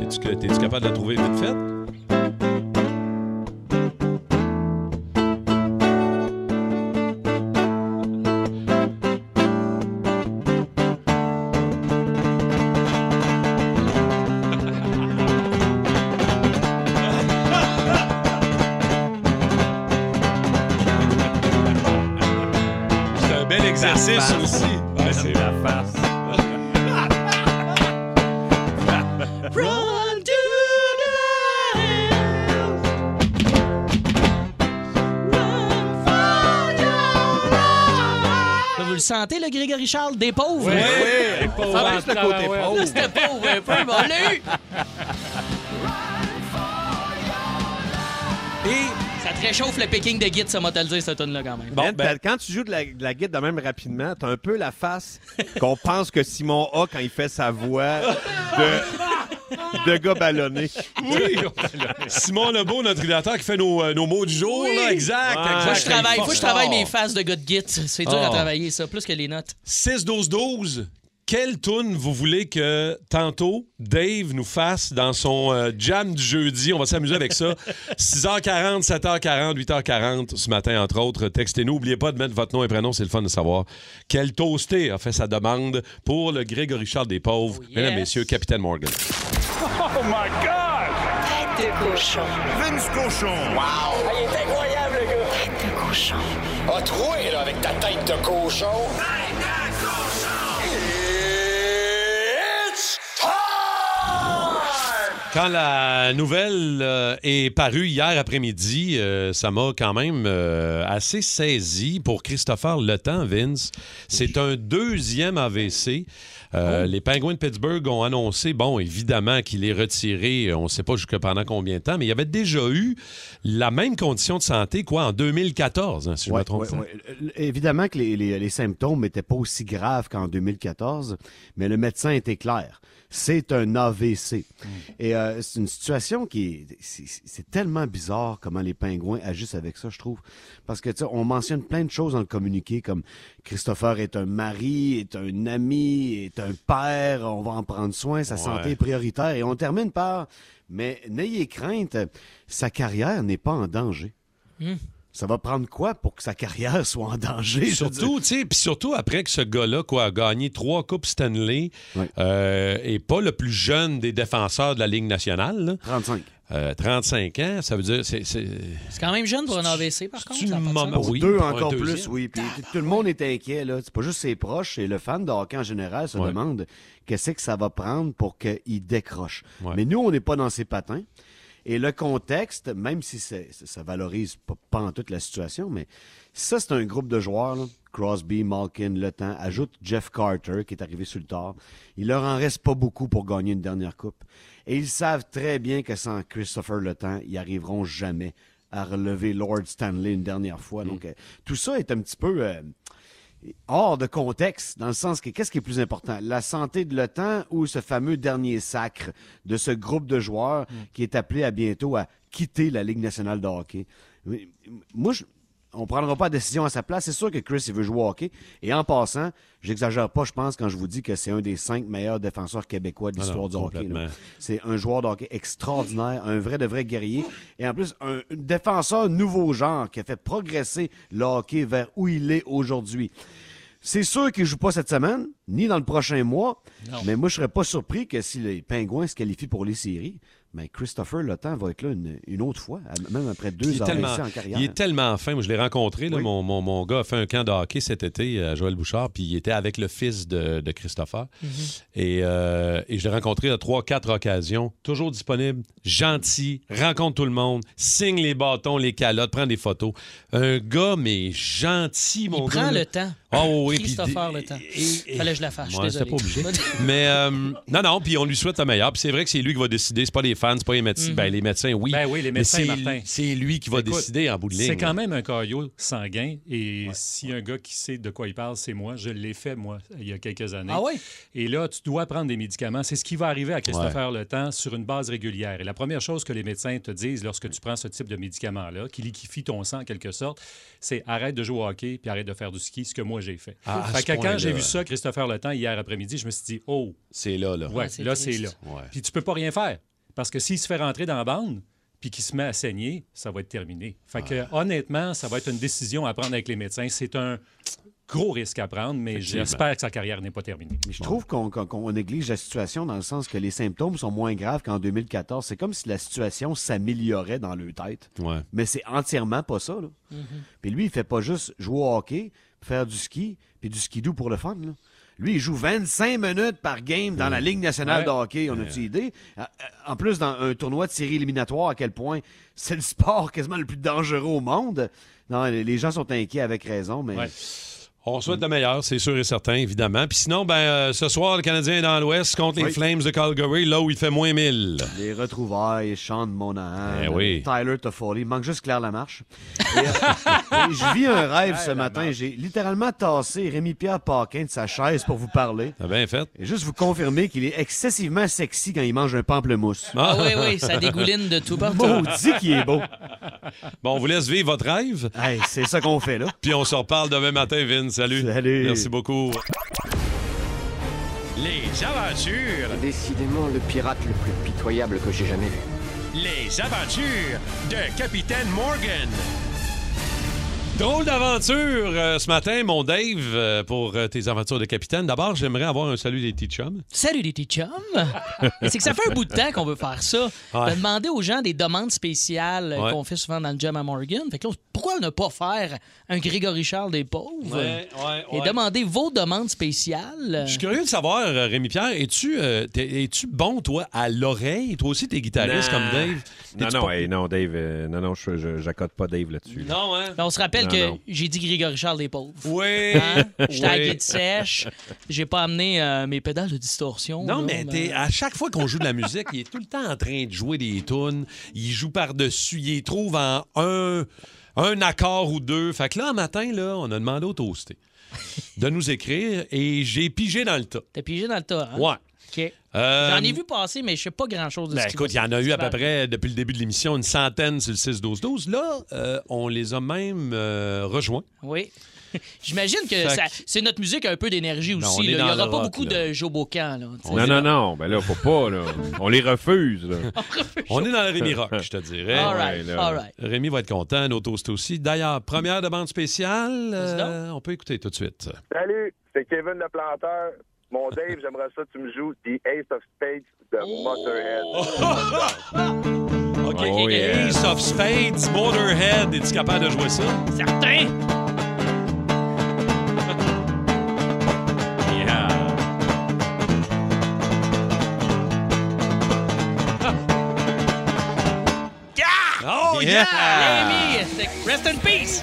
Speaker 2: T'es-tu, que- t'es-tu capable de la trouver vite fait? C'est un bel exercice aussi. Ouais, c'est
Speaker 3: La
Speaker 9: <laughs>
Speaker 3: face.
Speaker 4: Run to the Hill! Run for your life! Là, Vous le sentez, le Grégory Charles des pauvres?
Speaker 5: oui,
Speaker 3: Ça reste le côté pauvre.
Speaker 4: C'était pauvre un peu, mais on l'a eu. Ça te réchauffe le picking de guide, ça m'a te le dire, cette tonne là quand même.
Speaker 2: Bon,
Speaker 3: Man,
Speaker 2: ben-
Speaker 3: t'as- Quand tu joues de la, de la guide de même rapidement, t'as un peu la face qu'on pense que Simon a quand il fait sa voix de, de gars ballonné.
Speaker 2: Oui! Simon Lebeau, notre rédacteur qui fait nos, euh, nos mots du jour, là, exact,
Speaker 3: Ouais.
Speaker 2: exact.
Speaker 4: Moi, je travaille, faut que je travaille mes
Speaker 2: mes
Speaker 4: faces de gars de guide. C'est dur
Speaker 2: Ah.
Speaker 4: à travailler, ça, plus que les notes.
Speaker 2: 6-12-12, quelle tune vous voulez que tantôt Dave nous fasse dans son euh, jam du jeudi? On va s'amuser avec ça. 6h40, 7h40, 8h40 ce matin, entre autres. Textez-nous. N'oubliez pas de mettre votre nom et prénom, c'est le fun de savoir. Quel toasté a fait sa demande pour le Grégory Charles des Pauvres?
Speaker 4: yes.
Speaker 2: Mesdames, Messieurs, Capitaine Morgan.
Speaker 10: Oh Vince Cochon.
Speaker 9: Ah, il est incroyable, le gars! Tête de cochon. A troué, là, avec ta tête de cochon. Tête de cochon! It's time!
Speaker 2: Quand la nouvelle euh, est parue hier après-midi, euh, ça m'a quand même euh, assez saisi pour Christopher Le Temps, Vince. C'est un deuxième AVC. Euh,
Speaker 11: Oh.
Speaker 2: Les Penguins de Pittsburgh ont annoncé, bon, évidemment qu'il est retiré, euh, on ne sait pas jusque pendant combien de temps, mais il y avait déjà eu la même condition de santé, quoi, en 2014, hein, si je ne me
Speaker 11: Ouais,
Speaker 2: trompe
Speaker 11: ouais,
Speaker 2: pas.
Speaker 11: ouais. Euh, Évidemment que les, les- les symptômes n'étaient pas aussi graves qu'en 2014, mais le médecin était clair. C'est un AVC. Et euh, c'est une situation qui est... c'est- C'est tellement bizarre comment les pingouins agissent avec ça, je trouve. Parce que, tu sais, on mentionne plein de choses dans le communiqué, comme Christopher est un mari, est un ami, est un père, on va en prendre soin, sa santé est prioritaire. Et on termine par... Mais n'ayez crainte, sa carrière n'est pas en danger. Ça va prendre quoi pour que sa carrière soit en danger?
Speaker 2: Surtout, tu sais, puis surtout après que ce gars-là quoi, a gagné trois Coupes Stanley
Speaker 11: Ouais.
Speaker 2: euh, et pas le plus jeune des défenseurs de la Ligue nationale. là.
Speaker 11: 35.
Speaker 2: Euh, 35 ans, ça veut dire. C'est, c'est...
Speaker 4: C'est quand même jeune pour un AVC, par contre.
Speaker 2: tu
Speaker 4: ça a pas de
Speaker 2: m'as-
Speaker 4: sens.
Speaker 11: Pour
Speaker 2: Oui,
Speaker 11: deux
Speaker 2: pour un
Speaker 11: encore plus,
Speaker 2: deuxième.
Speaker 11: oui. Puis tout- tout le monde est inquiet, là. C'est pas juste ses proches, et le fan de hockey en général se demande qu'est-ce que ça va prendre pour qu'il décroche. Mais nous, on n'est pas dans ces patins. Et le contexte, même si c'est- ça ça valorise pas, pas en toute la situation, mais ça, c'est un groupe de joueurs, là. Crosby, Malkin, Le Temps, ajoute Jeff Carter, qui est arrivé sur le tard. Il leur en reste pas beaucoup pour gagner une dernière coupe. Et ils savent très bien que sans Christopher Le Temps, ils arriveront jamais à relever Lord Stanley une dernière fois.
Speaker 2: Mm.
Speaker 11: Donc, euh, tout ça est un petit peu euh, hors de contexte, dans le sens que qu'est-ce qui est plus important? La santé de l'OTAN ou ce fameux dernier sacre de ce groupe de joueurs
Speaker 2: Mm.
Speaker 11: qui est appelé à bientôt à quitter la Ligue nationale de hockey? Oui, Moi, je- On ne prendra pas la décision à sa place. C'est sûr que Chris, il veut jouer au hockey. Et en passant, j'exagère pas, je pense, quand je vous dis que c'est un des cinq meilleurs défenseurs québécois de
Speaker 2: Ah Non, non,
Speaker 11: l'histoire du hockey. là.
Speaker 2: complètement.
Speaker 11: Euh, C'est un joueur de hockey extraordinaire, un vrai de vrai guerrier. Et en plus, un un défenseur nouveau genre qui a fait progresser le hockey vers où il est aujourd'hui. C'est sûr qu'il ne joue pas cette semaine, ni dans le prochain mois,
Speaker 4: Non.
Speaker 11: mais moi, je serais pas surpris que si les Pingouins se qualifient pour les séries, ben Christopher Le Temps va être là une, une autre fois, à- même après
Speaker 2: Il
Speaker 11: deux
Speaker 2: est,
Speaker 11: ans
Speaker 2: tellement,
Speaker 11: ici en carrière.
Speaker 2: il est tellement fin. Moi, je l'ai rencontré. là. mon, mon- mon gars a fait un camp de hockey cet été euh, à Joël Bouchard, puis il était avec le fils de, de Christopher.
Speaker 12: Mm-hmm.
Speaker 2: et, euh, et je l'ai rencontré à trois, quatre occasions. Toujours disponible, gentil, rencontre tout le monde, signe les bâtons, les calottes, prend des photos. Un gars, mais gentil, mon
Speaker 4: Il
Speaker 2: gars.
Speaker 4: prend
Speaker 2: là.
Speaker 4: le temps.
Speaker 2: Ah oui, oui, puis
Speaker 4: Christopher,
Speaker 2: des-
Speaker 4: le temps.
Speaker 2: et-
Speaker 4: Fallait que je la fasse. je suis
Speaker 2: Ouais,
Speaker 4: désolé.
Speaker 2: c'était pas obligé. Mais euh, non, non, puis on lui souhaite le meilleur. Puis c'est vrai que c'est lui qui va décider. C'est pas les fans, c'est pas les médecins.
Speaker 5: Mhm.
Speaker 2: Ben, les médecins, oui.
Speaker 5: Ben oui, les
Speaker 2: Mais
Speaker 5: médecins,
Speaker 2: c'est-
Speaker 5: Martin.
Speaker 2: C'est lui qui va
Speaker 5: Écoute,
Speaker 2: décider en bout de ligne.
Speaker 5: C'est quand même un caillot sanguin. Et si un gars qui sait de quoi il parle, c'est moi. Je l'ai fait, moi, il y a quelques années.
Speaker 4: Ah ouais?
Speaker 5: Et là, tu dois prendre des médicaments. C'est ce qui va arriver à Christopher Le Temps sur une base régulière. Et la première chose que les médecins te disent lorsque tu prends ce type de médicament-là, qui liquifie ton sang en quelque sorte, c'est arrête de jouer au hockey puis arrête de faire du ski, ce que moi j'ai fait.
Speaker 2: Ah, à
Speaker 5: Fait
Speaker 2: ce
Speaker 5: que
Speaker 2: point-là.
Speaker 5: quand j'ai vu ça, Christopher Le Temps, hier après-midi, je me suis dit, oh,
Speaker 2: C'est là, là.
Speaker 5: Ouais,
Speaker 4: Ah, c'est
Speaker 5: là,
Speaker 4: triste.
Speaker 5: c'est là.
Speaker 2: Ouais.
Speaker 5: Puis tu peux pas rien faire. Parce que s'il se fait rentrer dans la bande, puis qu'il se met à saigner, ça va être terminé. Fait que, honnêtement, ça va être une décision à prendre avec les médecins. C'est un gros risque à prendre, mais
Speaker 2: Effectivement.
Speaker 5: j'espère que sa carrière n'est pas terminée.
Speaker 11: Mais je trouve qu'on qu'on- qu'on néglige la situation dans le sens que les symptômes sont moins graves qu'en 2014. C'est comme si la situation s'améliorait dans leur tête.
Speaker 2: Ouais.
Speaker 11: Mais c'est entièrement pas ça. Là. Puis lui, il fait pas juste jouer au hockey, faire du ski, puis du skidoo pour le fun. là. Lui, il joue 25 minutes par game dans la Ligue nationale de
Speaker 5: Ouais.
Speaker 11: hockey. On a-tu idée? Euh, euh, En plus, dans un tournoi de série éliminatoire, à quel point c'est le sport quasiment le plus dangereux au monde. Non, les les gens sont inquiets avec raison, mais
Speaker 5: Ouais.
Speaker 2: On souhaite le meilleur, c'est sûr et certain, évidemment. Puis sinon, ben, euh, ce soir, le Canadien est dans l'Ouest contre les
Speaker 11: Oui.
Speaker 2: Flames de Calgary, là où il fait moins 1000.
Speaker 11: les retrouvailles, Sean Monahan,
Speaker 2: Eh oui.
Speaker 11: Tyler Toffoli, il manque juste Claire Lamarche. Et, euh, <laughs> et je vis un rêve ce matin. J'ai littéralement tassé Rémi-Pierre Paquin de sa chaise pour vous parler.
Speaker 2: T'as bien fait.
Speaker 11: Et juste vous confirmer qu'il est excessivement sexy quand il mange un pamplemousse.
Speaker 4: Ah oui, oui, ça dégouline de tout partout.
Speaker 11: <laughs> Maudit qu'il est beau.
Speaker 4: <laughs>
Speaker 2: Bon, on vous laisse vivre votre rêve,
Speaker 11: Hey, c'est ça qu'on fait là.
Speaker 2: <laughs> puis on se reparle demain matin, Vin. Salut.
Speaker 11: Salut.
Speaker 2: Merci beaucoup. Les aventures,
Speaker 10: Décidément le pirate le plus pitoyable que j'ai jamais vu.
Speaker 2: les aventures de Capitaine Morgan. Drôle d'aventure euh, ce matin, mon Dave, euh, pour euh, tes aventures de capitaine. D'abord, j'aimerais avoir un salut des petits chums.
Speaker 4: Salut les petits
Speaker 2: <laughs>
Speaker 4: chums! Mais c'est que ça fait un bout de temps qu'on veut faire ça.
Speaker 2: Ouais.
Speaker 4: De demander aux gens des demandes spéciales euh,
Speaker 2: Ouais.
Speaker 4: qu'on fait souvent dans le jam à Morgan. Fait que là, pourquoi ne pas faire un Grégory Charles des pauvres? Et demander vos demandes spéciales.
Speaker 2: Je suis curieux de savoir, euh, Rémi-Pierre, es-tu euh, t'es- es-tu bon, toi, à l'oreille? Toi aussi, t'es guitariste
Speaker 3: Non.
Speaker 2: comme Dave.
Speaker 3: Non,
Speaker 2: T'es-tu
Speaker 3: non,
Speaker 2: pas-
Speaker 3: hey, non, Dave, euh, non, non, je- je- j'accote pas Dave là-dessus. là.
Speaker 2: Non, hein?
Speaker 4: Mais Ben, on se rappelle
Speaker 3: Non,
Speaker 4: que
Speaker 3: non.
Speaker 4: j'ai dit Grégory Charles des pauvres.
Speaker 2: Oui!
Speaker 4: Hein? J'étais à
Speaker 2: oui.
Speaker 4: guide sèche. J'ai pas amené euh, mes pédales de distorsion.
Speaker 2: Non,
Speaker 4: là,
Speaker 2: mais t'es- à chaque fois qu'on joue de la musique, il est tout le temps en train de jouer des tunes. Il joue par-dessus. Il les trouve en un, un accord ou deux. Fait que là, un matin, là, on a demandé au toasté de nous écrire et j'ai pigé dans le tas.
Speaker 4: T'as pigé dans le tas, hein?
Speaker 2: Ouais.
Speaker 4: OK.
Speaker 2: Euh,
Speaker 4: J'en ai vu passer, mais je sais pas grand-chose de
Speaker 2: Ben,
Speaker 4: ce qui
Speaker 2: écoute, il y
Speaker 4: va-
Speaker 2: en a eu à peu
Speaker 4: festival.
Speaker 2: près depuis le début de l'émission, une centaine sur le 6-12-12. Là, euh, on les a même euh, rejoints.
Speaker 4: Oui. <laughs> J'imagine que
Speaker 2: Fait
Speaker 4: ça-
Speaker 2: que-
Speaker 4: c'est notre musique un peu d'énergie
Speaker 2: Non, on
Speaker 4: aussi.
Speaker 2: est
Speaker 4: là. Il n'y
Speaker 2: dans
Speaker 4: aura
Speaker 2: le
Speaker 4: pas
Speaker 2: rock,
Speaker 4: beaucoup
Speaker 2: là.
Speaker 4: de Joe Bocan. Là, tu sais.
Speaker 3: Non, non, non, ben là, faut pas, là. On les
Speaker 4: <laughs>
Speaker 3: refuse, là.
Speaker 2: On est dans le Rémi Rock, je te dirais.
Speaker 4: All right,
Speaker 3: Ouais, là.
Speaker 4: all right.
Speaker 2: Rémi va être content, nos toasts aussi. D'ailleurs, première demande spéciale, euh, on peut écouter tout de suite.
Speaker 12: Salut, c'est Kevin le planteur.
Speaker 5: <laughs>
Speaker 12: Mon Dave,
Speaker 5: Oh! <laughs>
Speaker 12: j'aimerais ça que tu me joues The Ace of Spades de Motorhead.
Speaker 2: Oh,
Speaker 4: OK, OK,
Speaker 2: Oh,
Speaker 4: OK.
Speaker 2: yeah. Ace of Spades, Motorhead. Es-tu capable de jouer ça?
Speaker 4: Certain!
Speaker 2: Yeah.
Speaker 4: Oh,
Speaker 2: yeah!
Speaker 4: yeah! Amy, c'est- Rest in peace!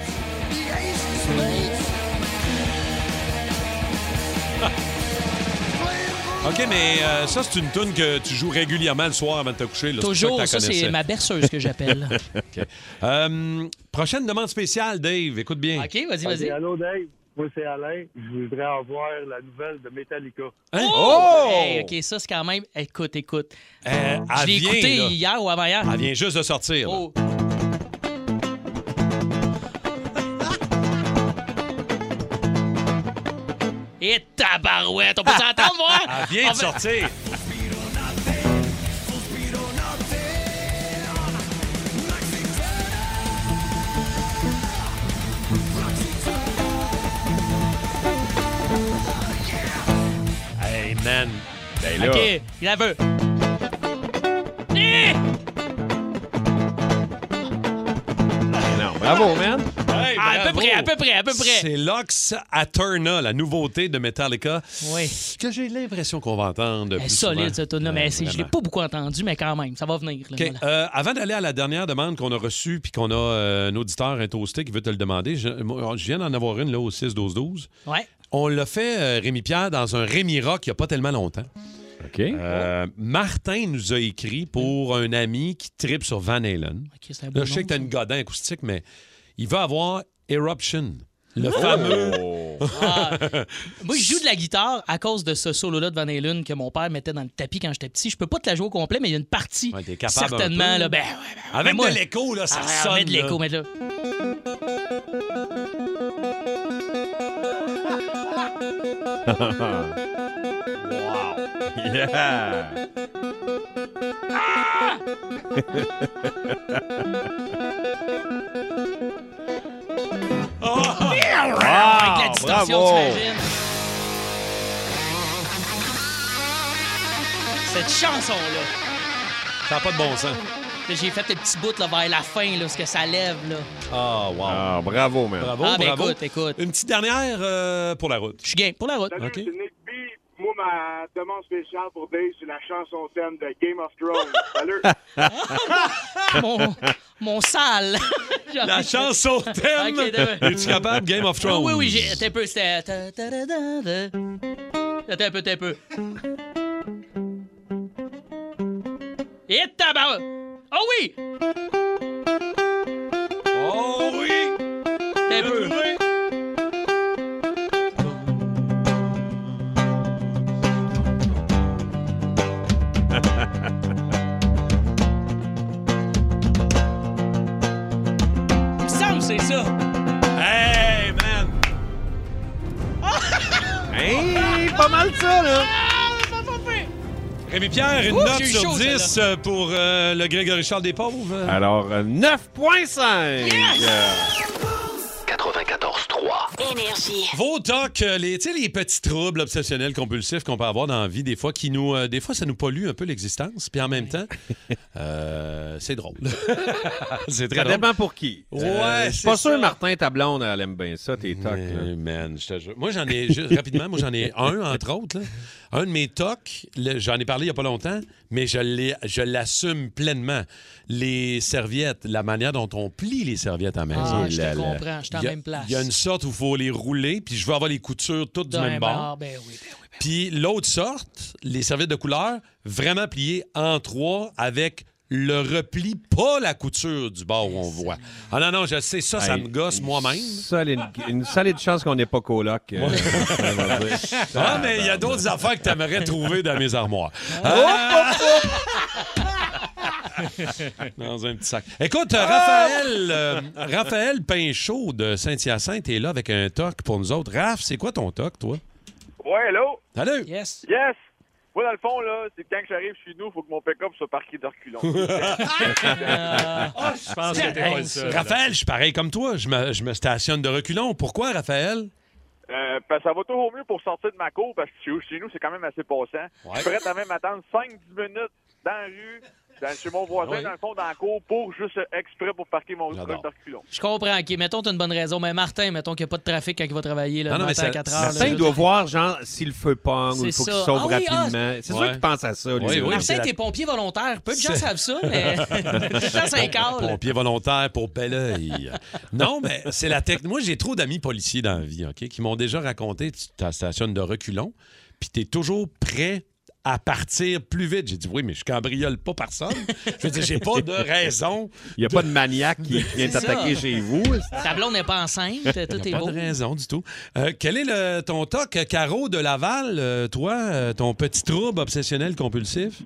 Speaker 2: OK, mais euh, ça, c'est une tune que tu joues régulièrement le soir avant de te coucher. là. C'est pour
Speaker 4: Toujours,
Speaker 2: que t'en
Speaker 4: ça, c'est
Speaker 2: connaissais.
Speaker 4: ma berceuse que j'appelle.
Speaker 2: <laughs> OK. Euh, prochaine demande spéciale, Dave. Écoute bien.
Speaker 4: OK,
Speaker 12: Ok,
Speaker 4: vas-y, vas-y.
Speaker 12: Allô, Dave. Moi, c'est Alain. Je voudrais avoir la nouvelle de Metallica.
Speaker 4: Hein?
Speaker 2: Oh!
Speaker 4: Hey, OK, ça, c'est quand même... Écoute, écoute.
Speaker 2: Euh,
Speaker 4: Je
Speaker 2: elle
Speaker 4: l'ai
Speaker 2: vient,
Speaker 4: écouté
Speaker 2: là.
Speaker 4: hier ou avant-hier.
Speaker 2: Elle vient juste de sortir. là.
Speaker 4: Oh. Et tabarouette! On peut s'entendre,
Speaker 2: <laughs>
Speaker 4: moi?
Speaker 2: Elle vient Ah, de sortir. Hey, man. Ben là.
Speaker 4: OK, il la veut. Eh!
Speaker 2: Ben Non, bravo, man.
Speaker 4: Ah, à peu près, à peu près, à peu près.
Speaker 2: C'est Lux Aterna, la nouveauté de Metallica.
Speaker 4: Oui.
Speaker 2: Que j'ai l'impression qu'on va entendre.
Speaker 4: Elle est
Speaker 2: plus
Speaker 4: solide,
Speaker 2: souvent.
Speaker 4: cette tune-là, mais
Speaker 2: Ouais,
Speaker 4: c'est- je l'ai
Speaker 2: vraiment.
Speaker 4: pas beaucoup entendu, mais quand même, ça va venir. là,
Speaker 2: OK,
Speaker 4: voilà.
Speaker 2: euh, avant d'aller à la dernière demande qu'on a reçue puis qu'on a euh, un auditeur, un toasté qui veut te le demander, je, moi, oh, je viens d'en avoir une là au 6-12-12.
Speaker 4: Ouais.
Speaker 2: On l'a fait, euh, Rémi Pierre, dans un Rémi Rock il n'y a pas tellement longtemps.
Speaker 13: OK.
Speaker 2: Euh, Martin nous a écrit pour un ami qui tripe sur Van Halen.
Speaker 4: Mm. c'est un beau
Speaker 2: Là, je sais
Speaker 4: nom,
Speaker 2: que tu as une godin acoustique, mais il va avoir Eruption, le
Speaker 4: Oh!
Speaker 2: fameux.
Speaker 4: Ah, moi, je joue de la guitare à cause de ce solo-là de Van Halen que mon père mettait dans le tapis quand j'étais petit. Je peux pas te la jouer au complet, mais il y a une partie.
Speaker 2: T'es capable un
Speaker 4: certainement,
Speaker 2: peu.
Speaker 4: là, ben, ouais, ben,
Speaker 2: Avec
Speaker 4: mais moi-
Speaker 2: de l'écho, là, ça
Speaker 4: Ah,
Speaker 2: sonne.
Speaker 4: Mets de l'écho, mets de là.
Speaker 9: wow.
Speaker 13: Yeah.
Speaker 2: Ah,
Speaker 4: Avec la distorsion,
Speaker 9: bravo.
Speaker 4: t'imagines. Cette chanson-là,
Speaker 2: Ça n'a pas de bon sens.
Speaker 4: là, j'ai fait les petits bouts là, vers la fin, là, ce que ça lève. Là.
Speaker 2: Ah, wow.
Speaker 13: Ah, bravo, man.
Speaker 2: Bravo,
Speaker 4: Ah, ben,
Speaker 2: bravo.
Speaker 4: écoute, écoute.
Speaker 2: Une petite dernière euh, pour la route.
Speaker 4: Je suis game pour la route.
Speaker 2: OK.
Speaker 12: Moi, ma demande spéciale pour Dave, c'est la chanson thème de Game of Thrones. Salut!
Speaker 2: <laughs>
Speaker 4: mon, mon sale.
Speaker 2: <laughs> La chanson thème.
Speaker 4: Ok, demain.
Speaker 2: Es-tu capable, Game of Thrones?
Speaker 4: Oui, oui, j'ai. Attends un peu, c'était. ta- ta- ta- ta- ta- Attends un peu, attends un peu. Et tabac! Oh oui!
Speaker 2: Oh oui!
Speaker 4: Attends un peu.
Speaker 13: <laughs>
Speaker 4: Il me semble que c'est ça!
Speaker 2: Hey, man!
Speaker 13: Hey, pas mal ça, là.
Speaker 4: Ah,
Speaker 2: Rémi Pierre, une
Speaker 13: Ouh,
Speaker 2: note
Speaker 13: j'ai eu
Speaker 2: sur
Speaker 13: chaud,
Speaker 2: 10 euh, pour euh, le Grégory Charles des Pauvres.
Speaker 13: Alors, euh, 9.5. Euh,
Speaker 1: 94.3.
Speaker 8: Énergie.
Speaker 2: Vos tocs, euh, les, tu sais, les petits troubles obsessionnels compulsifs qu'on peut avoir dans la vie, des fois, qui nous, euh, des fois, ça nous pollue un peu l'existence, puis en même temps, euh,
Speaker 13: <laughs>
Speaker 2: c'est drôle. c'est très
Speaker 13: ça
Speaker 2: drôle.
Speaker 13: dépend pour qui.
Speaker 2: Ouais,
Speaker 13: Euh, je suis
Speaker 2: c'est
Speaker 13: pas sûr,
Speaker 2: ça.
Speaker 13: Martin, ta blonde, elle aime bien ça, tes tocs. là.
Speaker 2: Man, je te jure. Moi, j'en ai, juste rapidement, moi, j'en ai un, entre autres. là. Un de mes tocs, le- j'en ai parlé il n'y a pas longtemps, mais je l'ai- je l'assume pleinement. Les serviettes, la manière dont on plie les serviettes en maison.
Speaker 4: Ah, je te
Speaker 2: Là, là.
Speaker 4: comprends, je suis en
Speaker 2: Il y a-
Speaker 4: même place.
Speaker 2: Il y a une sorte où il faut les rouler, puis je veux avoir les coutures toutes du
Speaker 4: D'un
Speaker 2: même bord.
Speaker 4: bord, ben oui,
Speaker 2: <laughs> Puis l'autre sorte, les serviettes de couleur, vraiment pliées en trois avec le repli, pas la couture du bord où on voit. Ah non, non, je sais, ça, ça
Speaker 13: Hey,
Speaker 2: me gosse
Speaker 3: <laughs>
Speaker 2: moi-même.
Speaker 13: Solide- une solide chance qu'on n'est pas coloc. euh, ça va dire.
Speaker 2: Ah, mais il y a d'autres affaires que tu aimerais trouver dans mes armoires. Ah! <laughs> dans un petit sac. Écoute,
Speaker 4: Ah.
Speaker 2: euh, Raphaël, euh, Raphaël Pinchot de Saint-Hyacinthe est là avec un toc pour nous autres. Raph, c'est quoi ton toc, toi?
Speaker 12: ouais, hello!
Speaker 2: Salut!
Speaker 4: Yes!
Speaker 12: Yes! Moi, dans le fond, là, c'est quand que j'arrive chez nous, il faut que mon pick-up soit parqué de
Speaker 5: <laughs>
Speaker 12: reculons. <laughs>
Speaker 3: Ah!
Speaker 5: Ah,
Speaker 4: Ah,
Speaker 5: je pense que t'es pas le seul.
Speaker 2: Raphaël, je suis pareil comme toi. Je me, je me stationne de reculons. Pourquoi, Raphaël?
Speaker 12: Euh, ben, ça va toujours mieux pour sortir de ma cour parce que chez chez nous, c'est quand même assez passant. Je pourrais quand même attendre 5-10 minutes dans la rue. dans- chez mon voisin,
Speaker 4: Ouais.
Speaker 12: dans le fond, dans la cour, pour juste exprès pour parquer mon truck de reculons.
Speaker 4: Je comprends, OK. Mettons, t'as une bonne raison. Mais Martin, mettons qu'il n'y a pas de trafic quand il va travailler là, le matin à 4 heures. là,
Speaker 3: Martin
Speaker 4: je-
Speaker 3: doit voir, genre, si le feu pogne ou
Speaker 4: C'est
Speaker 3: il faut qu'il
Speaker 4: ça.
Speaker 3: sauve
Speaker 4: Ah oui, ah,
Speaker 3: rapidement. c'est sûr
Speaker 4: Ouais.
Speaker 3: qu'il pense à ça, lui.
Speaker 2: Oui, oui.
Speaker 4: Martin,
Speaker 2: c'est la-
Speaker 4: t'es pompier volontaire. Peu de gens
Speaker 2: C'est-
Speaker 4: savent ça,
Speaker 2: <laughs>
Speaker 4: mais ça, c'est un câble.
Speaker 2: Pompier volontaire pour Belleuil. non, mais c'est la technique. Moi, j'ai trop d'amis policiers dans la vie, OK, qui m'ont déjà raconté tu t'en stationnes de reculons, puis t'es toujours prêt à partir plus vite. J'ai dit, oui, mais je cambriole pas personne. Je veux dire,
Speaker 3: <laughs>
Speaker 2: j'ai pas de raison.
Speaker 3: Il n'y a pas de maniaque qui vient
Speaker 2: C'est
Speaker 3: t'attaquer
Speaker 2: ça.
Speaker 3: chez vous.
Speaker 4: Ta blonde n'est pas enceinte. <laughs> Tout
Speaker 2: Il
Speaker 4: est
Speaker 2: y a
Speaker 4: beau.
Speaker 2: pas de raison du tout. Euh, quel est le, ton toc, euh, Caro de Laval, euh, toi, euh, ton petit trouble obsessionnel compulsif?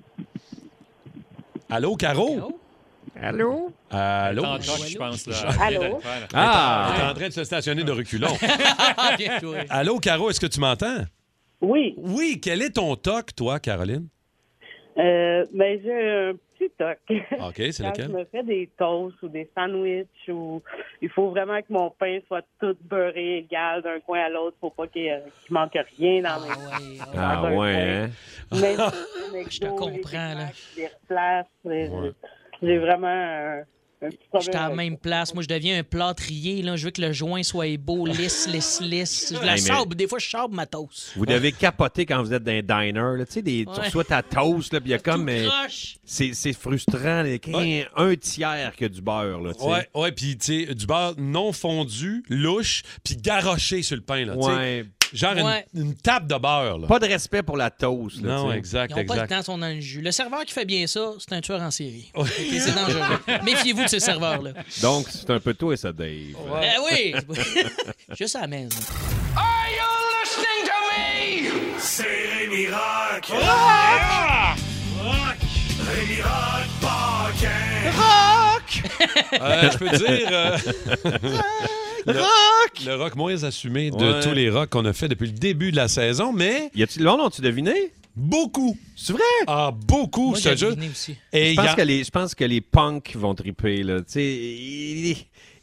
Speaker 2: Allô, Caro?
Speaker 14: Allô?
Speaker 2: Allô?
Speaker 5: Elle est en toc, je pense, là.
Speaker 14: Allô?
Speaker 5: Elle est en- voilà.
Speaker 2: Ah!
Speaker 5: Elle est
Speaker 2: en train de se stationner de reculons.
Speaker 4: <laughs>
Speaker 2: Allô, Caro, est-ce que tu m'entends?
Speaker 14: Oui.
Speaker 2: Oui, quel est ton toc, toi, Caroline?
Speaker 14: Euh, ben, j'ai un petit toc.
Speaker 2: OK, c'est
Speaker 14: Quand
Speaker 2: lequel?
Speaker 14: je me fais des toasts ou des sandwichs ou il faut vraiment que mon pain soit tout beurré égal d'un coin à l'autre pour pas qu'il y ait- qu'il manque rien dans mes
Speaker 3: Ah ouais, hein?
Speaker 2: <laughs>
Speaker 14: Mais je te comprends,
Speaker 4: là.
Speaker 14: Je les replace. mais j'ai- J'ai vraiment un, un petit
Speaker 4: Je suis
Speaker 14: problème.
Speaker 4: à la même place. Moi, je deviens un plâtrier. Là. Je veux que le joint soit beau, lisse, lisse, lisse. Je la
Speaker 3: Hey, mais-
Speaker 4: sable. Des fois, je sable ma toast.
Speaker 3: Vous devez capoter quand vous êtes dans un diner. Là. Tu sais, des, tu
Speaker 4: Ouais.
Speaker 3: reçois ta toast, là, puis il y a comme... euh,
Speaker 4: croche.
Speaker 3: C'est c'est frustrant. là, qu'il y ait Un tiers que du beurre, là, tu sais.
Speaker 2: Ouais, ouais, puis tu sais, du beurre non fondu, louche, puis garoché sur le pain, là, tu sais.
Speaker 3: Ouais.
Speaker 2: Genre une-
Speaker 4: Ouais.
Speaker 2: une, tape de beurre, là.
Speaker 3: Pas de respect pour la toast, là,
Speaker 2: Non,
Speaker 3: tu sais.
Speaker 2: exact,
Speaker 4: Ils n'ont pas le
Speaker 2: exact.
Speaker 4: temps, ils sont dans le jus. Le serveur qui fait bien ça, c'est un tueur en série. Ok, c'est
Speaker 2: <laughs>
Speaker 4: dangereux. Méfiez-vous de ce serveur-là.
Speaker 3: Donc, c'est un peu toi, ça, Dave.
Speaker 4: Ben
Speaker 2: <laughs>
Speaker 4: oui! <laughs> Juste à la maison.
Speaker 9: Are you listening to me? C'est Rémi Rock. Rock!
Speaker 2: Ah!
Speaker 9: Rock! Rémi Rock Paquin.
Speaker 4: Rock!
Speaker 2: <laughs> Euh, je peux dire.
Speaker 3: <laughs>
Speaker 2: euh, <laughs> le,
Speaker 3: rock!
Speaker 2: Le rock moins assumé de
Speaker 3: Ouais.
Speaker 2: tous les rocks qu'on a fait depuis le début de la saison, mais.
Speaker 3: Y a-tu le long, tu deviné?
Speaker 2: Beaucoup.
Speaker 3: C'est vrai?
Speaker 2: Ah, beaucoup,
Speaker 3: Moi,
Speaker 2: je te
Speaker 3: j'ai
Speaker 2: jure.
Speaker 3: deviné aussi.
Speaker 2: Et
Speaker 3: je,
Speaker 2: y
Speaker 3: pense
Speaker 2: a-
Speaker 3: que les, je pense que les punks vont triper. Là. Tu sais, Ils,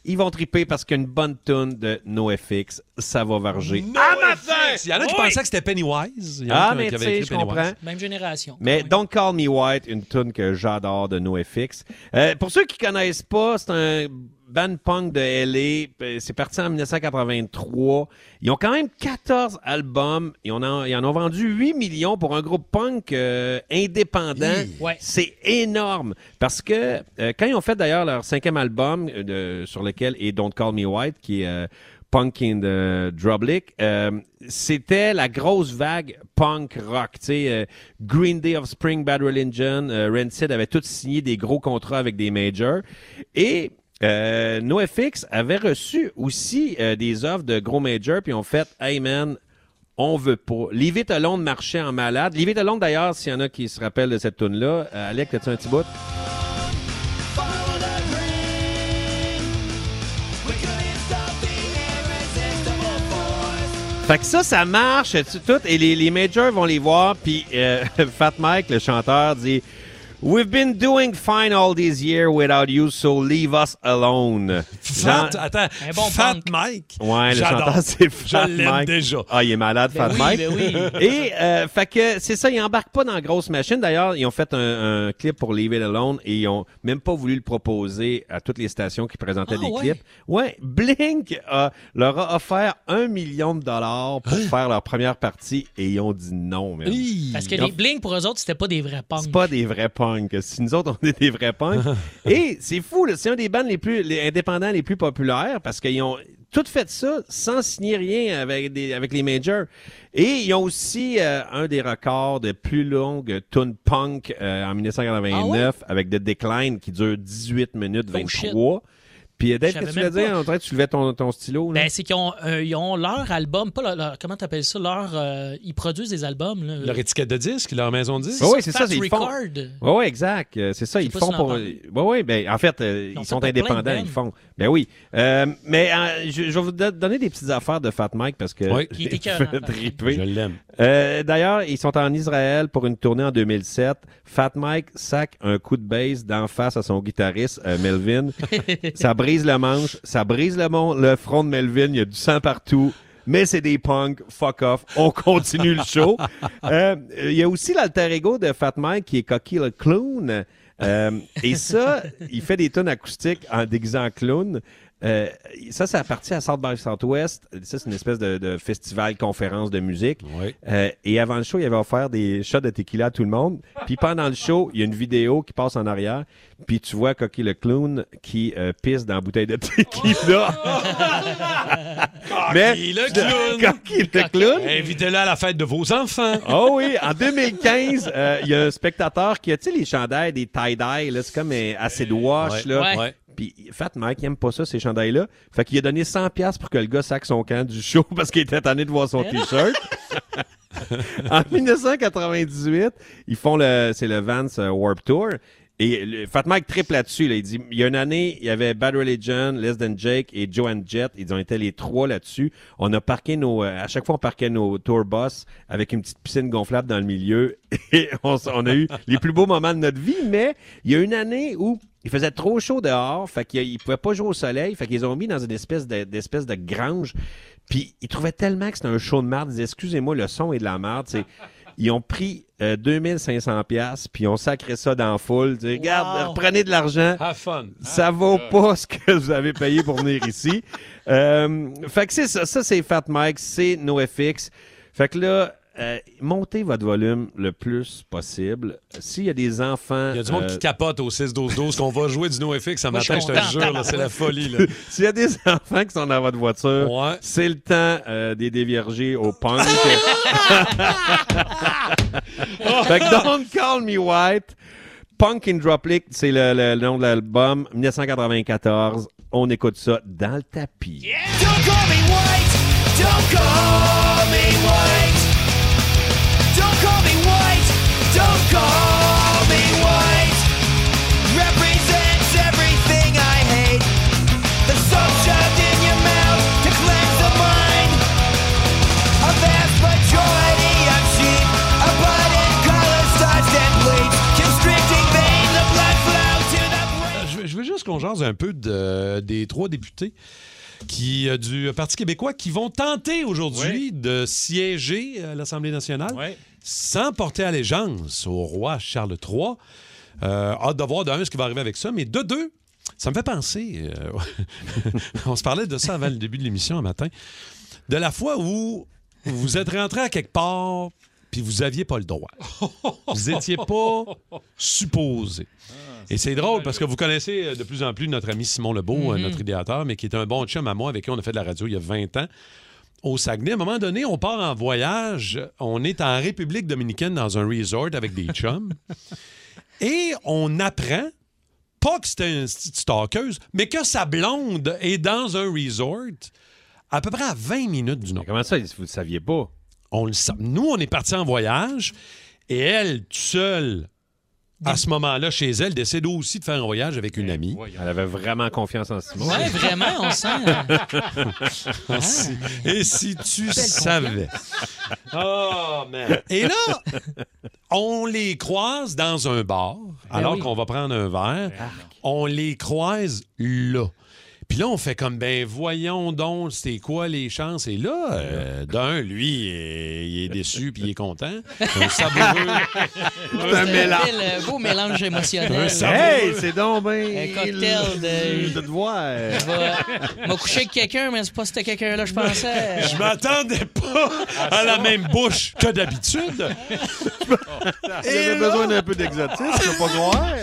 Speaker 3: ils vont triper parce qu'une bonne toune de NoFX, ça va varger.
Speaker 2: Ah, matin! Il y en a qui
Speaker 3: Oui.
Speaker 2: pensaient que c'était Pennywise. Il y en a
Speaker 3: Ah,
Speaker 2: qui-
Speaker 3: mais
Speaker 2: qui
Speaker 3: tu
Speaker 2: avaient
Speaker 3: sais,
Speaker 2: écrit
Speaker 3: je comprends.
Speaker 2: Pennywise.
Speaker 4: Même génération.
Speaker 3: Mais Don't Call Me White, une tune que j'adore de NoFX. Euh, pour ceux qui connaissent pas, c'est un band punk de LA. Euh, C'est parti en 1983. Ils ont quand même 14 albums. Ils en ont, ils en ont vendu 8 millions pour un groupe punk euh, indépendant. C'est énorme. Parce que euh, quand ils ont fait d'ailleurs leur cinquième album, euh, de- sur lequel est Don't Call Me White, qui est... euh, Punk in the Drublick, euh, c'était la grosse vague punk rock. Tu sais, euh, Green Day of Spring, Bad Religion, euh, Rancid avaient tous signé des gros contrats avec des majors. Et euh, NoFX avait reçu aussi euh, des offres de gros majors, puis ont fait « Hey man, on veut pas. » Leave It Alone marchait en malade. Leave It Alone, d'ailleurs, s'il y en a qui se rappellent de cette tune-là. Euh, Alec, as-tu un petit bout? Fait que ça, ça marche, tu- tout, et les, les majors vont les voir, puis euh, <laughs> Fat Mike, le chanteur, dit « We've been doing fine all these years without you, so leave us alone. »
Speaker 2: Fat,
Speaker 3: Genre-
Speaker 2: attends, Fat Mike.
Speaker 3: Ouais, le
Speaker 2: J'adore.
Speaker 3: chanteur, c'est Fat
Speaker 2: Je l'aime
Speaker 3: Mike.
Speaker 2: déjà.
Speaker 3: Ah, il est malade,
Speaker 2: Ben
Speaker 3: Fat
Speaker 2: oui,
Speaker 3: Mike.
Speaker 2: ben
Speaker 3: <laughs>
Speaker 2: oui.
Speaker 3: Et, euh, fait que, c'est ça, il embarque pas dans la grosse machine. D'ailleurs, ils ont fait un, un clip pour Leave It Alone et ils ont même pas voulu le proposer à toutes les stations qui présentaient
Speaker 15: Ah,
Speaker 3: des
Speaker 15: ouais?
Speaker 3: clips. Ouais, Blink a- leur a offert un million de dollars pour
Speaker 2: Hein?
Speaker 3: faire leur première partie et ils ont dit non, man.
Speaker 4: Parce que
Speaker 3: Ils ont
Speaker 4: les bling, pour eux autres, c'était pas des vrais punks.
Speaker 3: c'est pas des vrais punks. Si nous autres, on est des vrais
Speaker 2: <laughs>
Speaker 3: punks. Et c'est fou, là, c'est un des bands les plus les indépendants les plus populaires parce qu'ils ont tout fait ça sans signer rien avec, des, avec les majors. Et ils ont aussi euh, un des records de plus longue tune punk euh,
Speaker 4: Ah
Speaker 3: en 1989 avec The Decline qui dure 18 minutes
Speaker 4: Oh, shit.
Speaker 3: 23. Puis euh, Dave,
Speaker 4: Je savais
Speaker 3: qu'est-ce que tu
Speaker 4: même
Speaker 3: voulais dire?
Speaker 4: pas.
Speaker 3: On dirait que tu levais ton, ton stylo. là.
Speaker 4: Ben, c'est qu'ils ont, euh, ils ont leur album, pas leur, leur- comment t'appelles ça, leur, euh, ils produisent des albums. Là. <laughs>
Speaker 2: Leur étiquette de disque, leur maison de disque.
Speaker 3: Oui, c'est ça,
Speaker 4: Fat
Speaker 3: c'est- ils font.
Speaker 4: Record.
Speaker 3: Oui, oui, exact. Euh, C'est ça, ils
Speaker 4: pas
Speaker 3: font
Speaker 4: si on
Speaker 3: pour.
Speaker 4: en
Speaker 3: Oui, oui, ben, en fait, euh, ils,
Speaker 4: ont
Speaker 3: sont
Speaker 4: fait pour plein de
Speaker 3: indépendants, ils
Speaker 4: bands.
Speaker 3: font. Ben oui. Euh, mais euh, je, je vais vous do- donner des petites affaires de Fat Mike parce que
Speaker 2: Oui.
Speaker 3: <laughs> je
Speaker 2: Il est
Speaker 3: l'ai
Speaker 2: écœurant,
Speaker 3: fait
Speaker 2: Fat Mike.
Speaker 3: triper.
Speaker 2: Je l'aime.
Speaker 3: Euh, D'ailleurs, ils sont en Israël pour une tournée en 2007. Fat Mike sac un coup de base d'en face à son guitariste euh,
Speaker 2: <laughs>
Speaker 3: Melvin. ça brise le manche, ça brise le, mon- le front de Melvin. Il y a du sang partout. Mais c'est des punks, fuck off, on
Speaker 2: <laughs>
Speaker 3: continue le show. Euh, Il y a aussi l'alter ego de Fat Mike qui est Cocky le clown. Euh, et ça, il fait des tonnes acoustiques en déguisant en clown. Euh, ça, ça appartient à South by Southwest. Ça, c'est une espèce de, de festival, conférence de musique. Euh, et avant le show, il avait offert des shots de tequila à tout le monde. Puis pendant le show, il y a une vidéo qui passe en arrière. Puis tu vois Cocky le clown qui euh, pisse dans la bouteille de <laughs> tequila.
Speaker 2: Cocky le clown. Eh,
Speaker 3: Cocky le clown.
Speaker 2: Invitez-le à la fête de vos enfants.
Speaker 3: Oh oui, en 2015, euh, il y a un spectateur qui a, tu sais, les chandails, des tie-dye, là, c'est comme euh, acid wash,
Speaker 2: Ouais.
Speaker 3: là.
Speaker 2: Ouais.
Speaker 3: Puis Fat Mike, il aime pas ça, ces chandails-là. Fait qu'il a donné 100$ piastres pour que le gars sac son camp du show <laughs> parce qu'il était tanné de voir son T-shirt. en 1998, ils font le, c'est le Vance euh, Warp Tour. Et le- Fat Mike triple là-dessus. là. Il dit, il y a une année, il y avait Bad Religion, Less Than Jake et Joe and Jet. Ils ont été les trois là-dessus. On a parqué nos, euh, à chaque fois, on parquait nos tour bus avec une petite piscine gonflable dans le milieu. <laughs> Et on, s- on a eu les plus beaux moments de notre vie. Mais il y a une année où il faisait trop chaud dehors. Fait qu'ils ils pouvaient pas jouer au soleil. Fait qu'ils ont mis dans une espèce de, d'espèce de grange. Puis ils trouvaient tellement que c'était un show de merde. Ils disaient, excusez-moi, le son est de la merde.
Speaker 2: <laughs>
Speaker 3: C'est- Ils ont pris euh, 2500 pièces puis ils ont sacré ça dans la foule. Ils disaient, regarde,
Speaker 2: Wow. Ah,
Speaker 3: reprenez de l'argent.
Speaker 2: Have fun.
Speaker 3: Ça vaut pas ce que vous avez payé pour
Speaker 2: <laughs>
Speaker 3: venir ici. Euh, fait que c'est ça. Ça, c'est Fat Mike. C'est NoFX. Fait que là, euh, montez votre volume le plus possible. S'il y a des enfants... euh,
Speaker 2: Il y a du monde qui capote au 6-12-12 qu'on va jouer du NoFX ce
Speaker 3: Moi, je
Speaker 2: matin, je
Speaker 3: suis
Speaker 2: te
Speaker 3: content,
Speaker 2: jure, là, c'est la folie. Là.
Speaker 3: <laughs> S'il y a des enfants qui sont dans votre voiture, c'est le temps euh, des déviergés au punk. <laughs> fait que Don't Call Me White, Punk in Droplet, c'est le, le- le nom de l'album, 1994. On écoute ça dans le tapis.
Speaker 9: Don't call me white. Don't call me white. Don't call me white. Don't call me white. Represents everything I hate. The soap shoved in your mouth to cleanse the mind. A vast majority of sheep are blood and color starched and bleached, constricting vein, the blood flow to the
Speaker 2: Euh, Je, veux- je veux juste qu'on jase un peu de- des trois députés qui, euh, du Parti québécois qui vont tenter aujourd'hui de siéger à l'Assemblée nationale sans porter allégeance au roi Charles III. Euh, hâte de voir d'un ce qui va arriver avec ça, mais de deux, ça me fait penser. euh, <laughs> on se parlait de ça avant le début de l'émission un matin. De la fois où vous êtes rentré à quelque part puis vous aviez pas le droit. Vous étiez pas supposé. Et c'est drôle parce que vous connaissez euh, de plus en plus notre ami Simon Lebeau, euh,
Speaker 3: Mm-hmm.
Speaker 15: Mhm.
Speaker 2: notre idéateur, mais qui est un bon chum à moi avec qui on a fait de la radio il y a 20 ans. Au Saguenay, à un moment donné, on part en voyage. On est en République dominicaine dans un resort
Speaker 3: <laughs>
Speaker 2: avec des chums. Et on apprend, pas que c'était une petite stalkeuse, mais que sa blonde est dans un resort à peu près à 20 minutes du nom.
Speaker 3: Comment ça, vous ne saviez pas?
Speaker 2: On le sa- Nous, on est partis en voyage et elle, toute seule, à ce moment-là, chez elle, décide aussi de faire un voyage avec une amie.
Speaker 3: Eh, Elle avait vraiment confiance en Simon. <laughs>
Speaker 4: Ouais, vraiment, on sent.
Speaker 2: Ah, si- Et si tu savais. <laughs> Oh, man. Et là, on les croise dans un bar,
Speaker 4: Eh
Speaker 2: alors
Speaker 15: oui.
Speaker 2: qu'on va prendre un verre. On les croise là. Puis là, on fait comme, ben voyons donc, c'est quoi les chances? Et là, euh, d'un, lui, euh, il est déçu puis il est content. Un savoureux.
Speaker 3: <laughs>
Speaker 4: C'est un bel, euh, beau mélange émotionnel.
Speaker 2: Un savoureux-
Speaker 3: c'est donc ben...
Speaker 4: Un cocktail de-
Speaker 3: De te voir.
Speaker 4: Je vais- m'a couché avec quelqu'un, mais c'est pas c'était quelqu'un-là, <laughs> je pensais.
Speaker 2: Je m'attendais pas à la même bouche que d'habitude.
Speaker 3: J'avais besoin d'un peu d'exotisme, je peux pas croire.